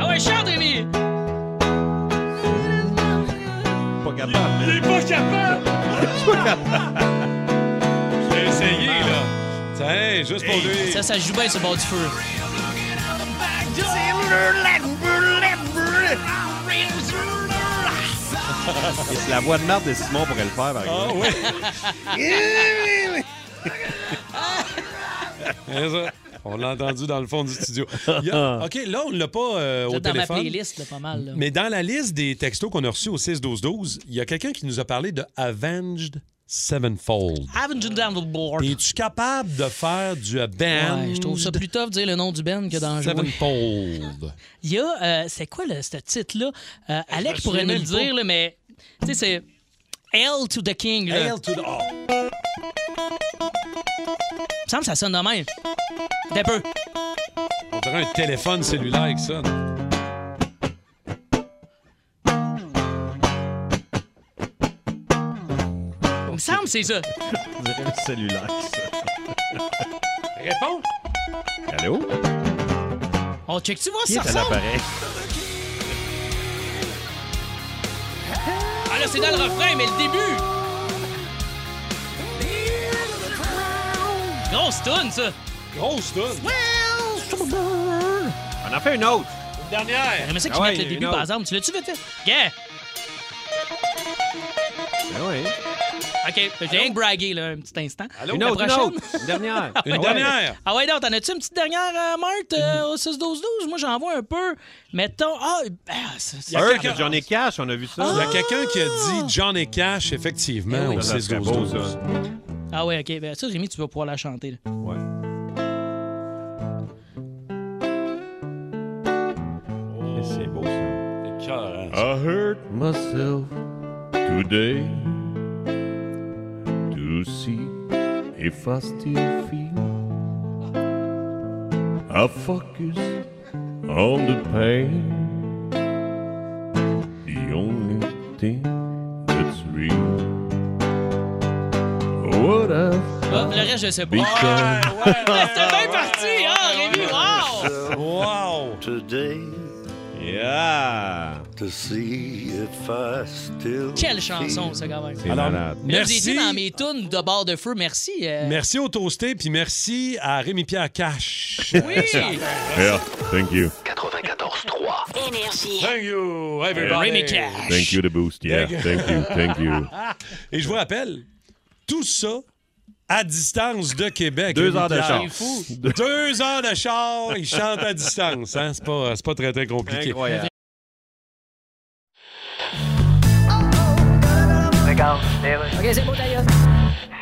Speaker 4: Ah ouais, chante, Rémi!
Speaker 3: Pas capable. hein.
Speaker 2: Il est pas capable! J'ai essayé, là. Tiens, juste pour lui.
Speaker 4: Ça, ça joue bien sur le bord du feu.
Speaker 3: Et c'est la voix de merde de Simon pourrait le faire,
Speaker 2: Ah,
Speaker 3: par
Speaker 4: Ah
Speaker 3: exemple. <laughs>
Speaker 2: C'est ça. On l'a entendu dans le fond du studio. Il y a- OK, là, on l'a pas euh, au
Speaker 4: Vous êtes dans ma
Speaker 2: téléphone.
Speaker 4: playlist, là, pas mal. là.
Speaker 2: Mais dans la liste des textos qu'on a reçus au 6-12-12, il y a quelqu'un qui nous a parlé de Avenged Sevenfold.
Speaker 4: Haven't you down the board?
Speaker 2: Es-tu capable de faire du Ben
Speaker 4: Ouais, je
Speaker 2: Avenged
Speaker 4: trouve ça plus tough de dire le nom du band que d'en jouer.
Speaker 2: Sevenfold?
Speaker 4: Il y a, euh, c'est quoi le, ce titre-là? Euh, Alex
Speaker 2: me
Speaker 4: pourrait nous
Speaker 2: souviens
Speaker 4: le dire,
Speaker 2: même pas.
Speaker 4: là, mais tu sais, c'est Hail to the King. Là.
Speaker 2: Hail to the- oh.
Speaker 4: Il me semble que ça sonne de même. D'un peu.
Speaker 2: On dirait un téléphone cellulaire avec ça.
Speaker 4: Il me semble que c'est ça.
Speaker 3: On dirait le cellulaire,
Speaker 4: <laughs>
Speaker 2: Réponds.
Speaker 3: ça. Allô?
Speaker 4: On check, tu vois,
Speaker 3: Qui
Speaker 4: ça
Speaker 3: est à
Speaker 4: ressemble.
Speaker 3: l'appareil?
Speaker 4: Ah là, c'est dans le refrain, mais le début. Grosse toune, ça.
Speaker 2: Grosse toune.
Speaker 3: On en fait une autre.
Speaker 2: Une dernière.
Speaker 4: J'aimerais ça que
Speaker 3: Ah
Speaker 4: je mette
Speaker 3: ouais,
Speaker 4: le début,
Speaker 3: une
Speaker 4: par
Speaker 3: autre.
Speaker 4: exemple. Tu l'as-tu vite fait? Yeah!
Speaker 13: Ah
Speaker 3: Ben
Speaker 2: <laughs>
Speaker 3: oui.
Speaker 4: OK, j'ai rien que bragué, là, un petit instant. La
Speaker 3: Allô? Une autre, une
Speaker 4: prochaine?
Speaker 3: autre.
Speaker 4: <laughs>
Speaker 3: Une dernière.
Speaker 2: Une dernière.
Speaker 4: Ah ouais, donc, t'en as-tu une petite dernière, euh, Marthe, euh, au 6-12-12? Moi, j'en vois un peu. Mettons... Ah, ben, ça, ça-
Speaker 3: Earth de Johnny Cash, on a vu ça.
Speaker 2: Il y a quelqu'un qui a dit John et Cash, effectivement,
Speaker 4: Eh oui.
Speaker 2: au
Speaker 3: Ça, ça serait
Speaker 2: 6-12-12.
Speaker 3: beau, ça.
Speaker 4: Ah ouais, OK. Ben, ça, Rémi, tu vas pouvoir la chanter. là.
Speaker 3: C'est beau, ça.
Speaker 2: Écœurant.
Speaker 19: hurt myself today to see if I still feel. I focus on the pain. The only thing that's real. What I've
Speaker 4: Ah, le reste, je sais pas.
Speaker 19: become.
Speaker 4: C'est bien parti! Ah, Rémi, wow!
Speaker 2: Wow!
Speaker 19: Today.
Speaker 3: Yeah.
Speaker 19: To see if I still
Speaker 4: Quelle chanson, ça, quand même.
Speaker 3: C'est
Speaker 2: Alors,
Speaker 3: malade.
Speaker 4: Là, Vous
Speaker 2: merci.
Speaker 4: étiez dans mes tunes de bord de feu. Merci. euh.
Speaker 2: Merci au toasté, puis merci à Rémi-Pierre
Speaker 19: <laughs>
Speaker 2: Cash. <laughs>
Speaker 4: Oui!
Speaker 19: Yeah, thank you.
Speaker 8: Énergie.
Speaker 2: Thank you, everybody.
Speaker 4: Rémi Cash.
Speaker 19: Thank you, the boost. Yeah,
Speaker 2: Thank you.
Speaker 19: thank you, thank you.
Speaker 2: <laughs> Et je vous rappelle, tout ça à distance de Québec.
Speaker 3: Deux heures de
Speaker 2: Rémi-Pierre.
Speaker 3: char.
Speaker 4: C'est fou.
Speaker 2: Deux heures de char, ils chantent à distance. Hein? C'est pas, c'est pas très, très compliqué.
Speaker 3: Incroyable.
Speaker 20: Regarde, les rues.
Speaker 7: OK, c'est beau, d'ailleurs.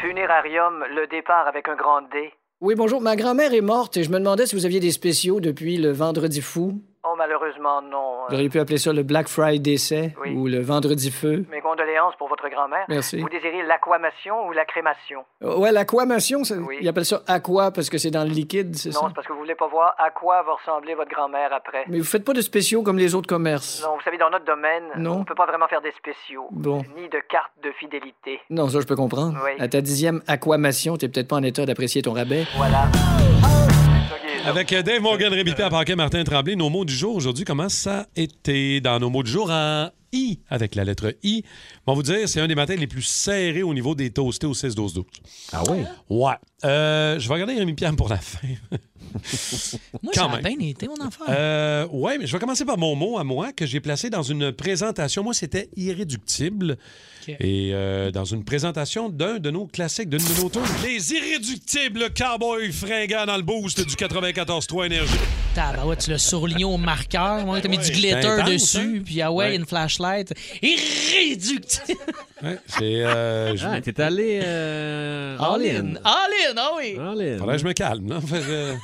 Speaker 20: Funérarium, le départ avec un grand D.
Speaker 7: Oui, bonjour. Ma grand-mère est morte et je me demandais si vous aviez des spéciaux depuis le Vendredi fou.
Speaker 20: Oh, malheureusement, non. Euh,
Speaker 7: Vous auriez pu appeler ça le Black Friday décès
Speaker 20: Oui.
Speaker 7: ou le Vendredi feu.
Speaker 20: Mes condoléances pour votre grand-mère.
Speaker 7: Merci.
Speaker 20: Vous désirez l'aquamation ou la crémation?
Speaker 7: Ouais, l'aquamation, ça,
Speaker 20: Oui.
Speaker 7: ils appellent ça aqua parce que c'est dans le liquide, c'est
Speaker 20: Non,
Speaker 7: ça?
Speaker 20: c'est parce que vous voulez pas voir à quoi va ressembler votre grand-mère après.
Speaker 7: Mais vous faites pas de spéciaux comme les autres commerces.
Speaker 20: Non, vous savez, dans notre domaine,
Speaker 7: Non.
Speaker 20: on peut pas vraiment faire des spéciaux.
Speaker 7: Bon.
Speaker 20: Ni de cartes de fidélité.
Speaker 7: Non, ça, je peux comprendre.
Speaker 20: Oui.
Speaker 7: À ta dixième aquamation, t'es peut-être pas en état d'apprécier ton rabais.
Speaker 20: Voilà.
Speaker 2: Avec euh, Dave Morgan, Rémi-Pierre Paquet, Martin Tremblay, nos mots du jour aujourd'hui, comment ça a été dans nos mots du jour en I, avec la lettre I. On va vous dire, c'est un des matins les plus serrés au niveau des toastés au 6-12-12.
Speaker 3: Ah oui?
Speaker 2: Ouais. Euh, je vais regarder Rémi Pierre pour la fin.
Speaker 4: <laughs> Moi,
Speaker 2: Quand
Speaker 4: ça a
Speaker 2: même.
Speaker 4: bien été, mon enfant.
Speaker 2: Euh, ouais, mais je vais commencer par mon mot à moi que j'ai placé dans une présentation. Moi, c'était irréductible.
Speaker 4: Ok.
Speaker 2: Et euh, dans une présentation d'un de nos classiques, d'une de nos tours. Les irréductibles cowboys fringants dans le boost du 94-3 Énergie.
Speaker 4: Tabarouette, tu l'as surligné au marqueur. Moi, t'as mis du
Speaker 2: Ouais.
Speaker 4: glitter
Speaker 2: Intense,
Speaker 4: dessus,
Speaker 2: hein?
Speaker 4: puis ah ouais,
Speaker 2: Ouais.
Speaker 4: une flashlight. Irréductible!
Speaker 2: Ouais, c'est. Euh, je-
Speaker 13: Ah, t'es allé
Speaker 4: euh, all in. All in, ah oui!
Speaker 2: Faudrait que je me calme, non? Fait que, euh,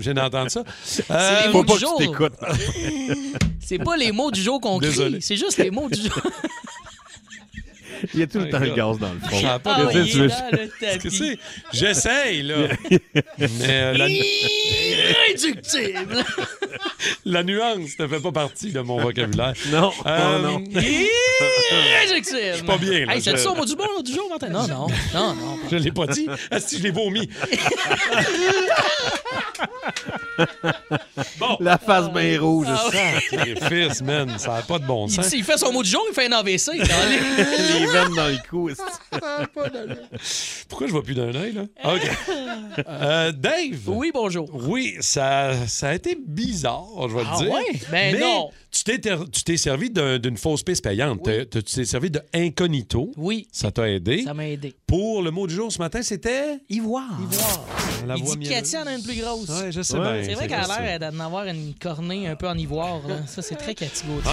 Speaker 2: J'ai
Speaker 4: <laughs>
Speaker 2: d'entendre ça. Euh,
Speaker 4: les mots Faut pas du que tu jour.
Speaker 2: t'écoutes. <laughs>
Speaker 4: C'est pas les mots du jour qu'on
Speaker 2: Désolé.
Speaker 4: crie, c'est juste les mots du jour. <laughs>
Speaker 11: Il y a tout le temps
Speaker 2: Ah,
Speaker 11: le gaz dans le fond.
Speaker 2: Ça a pas
Speaker 11: Je
Speaker 2: de-
Speaker 11: sais, tu veux-
Speaker 2: Qu'est-ce que c'est? J'essaye, là. Mais euh, la,
Speaker 4: <laughs> Irréductible!
Speaker 2: <laughs> la nuance ne fait pas partie de mon vocabulaire. Euh,
Speaker 13: Non.
Speaker 4: <laughs>
Speaker 2: <laughs>
Speaker 4: non. Irréductible! Je suis
Speaker 2: pas bien, là.
Speaker 4: Hey, c'est
Speaker 2: Je-
Speaker 4: ça au mot du bon, mot du jour, Martin? Non,
Speaker 13: <laughs>
Speaker 4: non, non, non.
Speaker 2: Je l'ai pas dit. Est-ce que je
Speaker 4: <laughs>
Speaker 2: l'ai vomi? Bon.
Speaker 11: La face bien rouge.
Speaker 4: Ah ouais.
Speaker 2: Sacrifice, man. Ça n'a pas de bon
Speaker 4: Il,
Speaker 2: sens.
Speaker 4: dit- il fait son mot du jour, il fait un
Speaker 13: <laughs>
Speaker 4: AVC. <laughs> Les
Speaker 11: veines dans le cou.
Speaker 2: Pourquoi je vois plus d'un œil, là? Ah, OK. Euh, Dave.
Speaker 4: Oui, bonjour.
Speaker 2: Oui, ça, ça a été bizarre, je vais
Speaker 4: Ah
Speaker 2: te dire.
Speaker 4: ouais? Ben non.
Speaker 2: Tu t'es, ter- tu t'es servi d'un- d'une fausse piste payante. T'as- t'as- Tu t'es servi de incognito.
Speaker 4: Oui.
Speaker 2: Ça t'a aidé.
Speaker 4: Ça m'a aidé.
Speaker 2: Pour le mot du jour ce matin, c'était.
Speaker 4: Ivoire. Ivoire.
Speaker 2: La
Speaker 4: il
Speaker 2: voix
Speaker 4: dit que
Speaker 2: mielleuse.
Speaker 4: Cathy en a une plus grosse.
Speaker 2: Ouais, je sais bien,
Speaker 4: C'est
Speaker 2: c'est
Speaker 4: vrai qu'elle
Speaker 2: vrai,
Speaker 4: a l'air d'en avoir une cornée un peu en ivoire. là. Ça, c'est très Cathy Gauthier.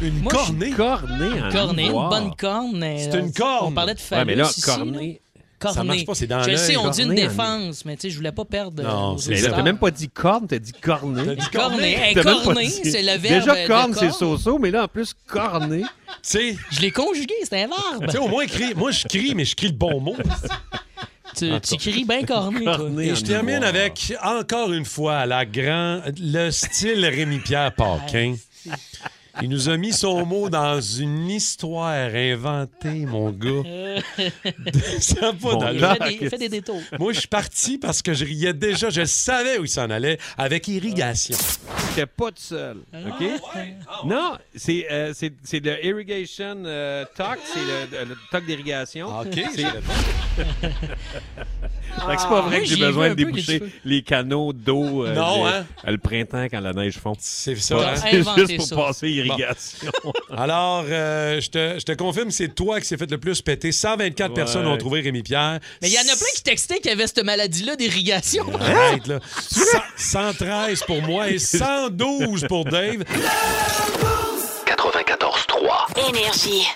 Speaker 2: Une
Speaker 4: Moi, je suis-
Speaker 2: cornée?
Speaker 13: Cornée en
Speaker 4: Une cornée, une
Speaker 13: Ah. ivoire.
Speaker 4: bonne corne. mais,
Speaker 13: C'est
Speaker 4: euh,
Speaker 13: une
Speaker 4: On
Speaker 13: corne.
Speaker 4: parlait de
Speaker 13: Ouais,
Speaker 4: phallus
Speaker 13: mais là,
Speaker 4: ici,
Speaker 13: cornée,
Speaker 4: Cornée.
Speaker 13: ça marche pas, c'est dans
Speaker 4: Je
Speaker 13: l'œil.
Speaker 4: sais, on dit une
Speaker 13: Cornée en-
Speaker 4: défense, mais tu sais, je voulais pas perdre. euh,
Speaker 13: Non,
Speaker 4: aux
Speaker 13: c'est là. T'as
Speaker 4: auditeurs.
Speaker 13: même pas dit corne, t'as dit corné. T'as
Speaker 4: dit corné. Hey,
Speaker 13: même pas
Speaker 4: corné,
Speaker 13: dit-
Speaker 4: c'est le verbe
Speaker 13: Déjà,
Speaker 4: de
Speaker 13: corne, c'est
Speaker 4: corne.
Speaker 13: so-so, mais là, en plus,
Speaker 3: <laughs>
Speaker 13: corné.
Speaker 2: Tu sais.
Speaker 4: Je l'ai conjugué, c'est un verbe.
Speaker 2: Tu sais, au moins, crie- moi, je crie, mais je crie le
Speaker 13: <laughs>
Speaker 2: bon mot.
Speaker 4: Tu, tu cries bien corné, toi.
Speaker 2: Et je termine avec, encore une fois, la grand, le style
Speaker 4: <laughs>
Speaker 2: Rémi-Pierre
Speaker 4: Ah,
Speaker 2: Paquin. Il nous a mis son mot dans une histoire inventée, mon gars.
Speaker 13: <laughs>
Speaker 2: Ça
Speaker 4: Euh.
Speaker 2: a pas
Speaker 4: Bon, il
Speaker 2: d'allure.
Speaker 4: fait des- il fait des détours.
Speaker 2: Moi, je suis parti parce que je riais déjà. Je savais où il s'en allait avec irrigation.
Speaker 13: J'étais pas tout seul.
Speaker 4: Ah,
Speaker 13: OK? <laughs> Non, c'est euh, c'est- c'est le irrigation euh, talk, c'est le, le talk d'irrigation.
Speaker 2: Ah, OK,
Speaker 13: C'est-
Speaker 2: je savais pas.
Speaker 13: Fait que c'est pas vrai que j'ai besoin de déboucher
Speaker 4: cheveux.
Speaker 13: les canaux d'eau euh,
Speaker 2: Non,
Speaker 13: le-
Speaker 2: hein?
Speaker 13: euh, le printemps quand la neige fond. C'est
Speaker 2: ça, hein?
Speaker 13: C'est
Speaker 2: Inventé
Speaker 13: juste pour
Speaker 2: ça.
Speaker 13: passer irrigation.
Speaker 2: Alors, euh, je te je te confirme, c'est toi qui s'est fait le plus péter. 124
Speaker 13: Ouais.
Speaker 2: personnes ont trouvé Rémi-Pierre.
Speaker 4: Mais il y en a plein qui textaient qu'il y avait cette maladie-là d'irrigation.
Speaker 2: Arrête, là. Cent- 113 pour moi et 112 pour Dave.
Speaker 8: 94-3. Énergie.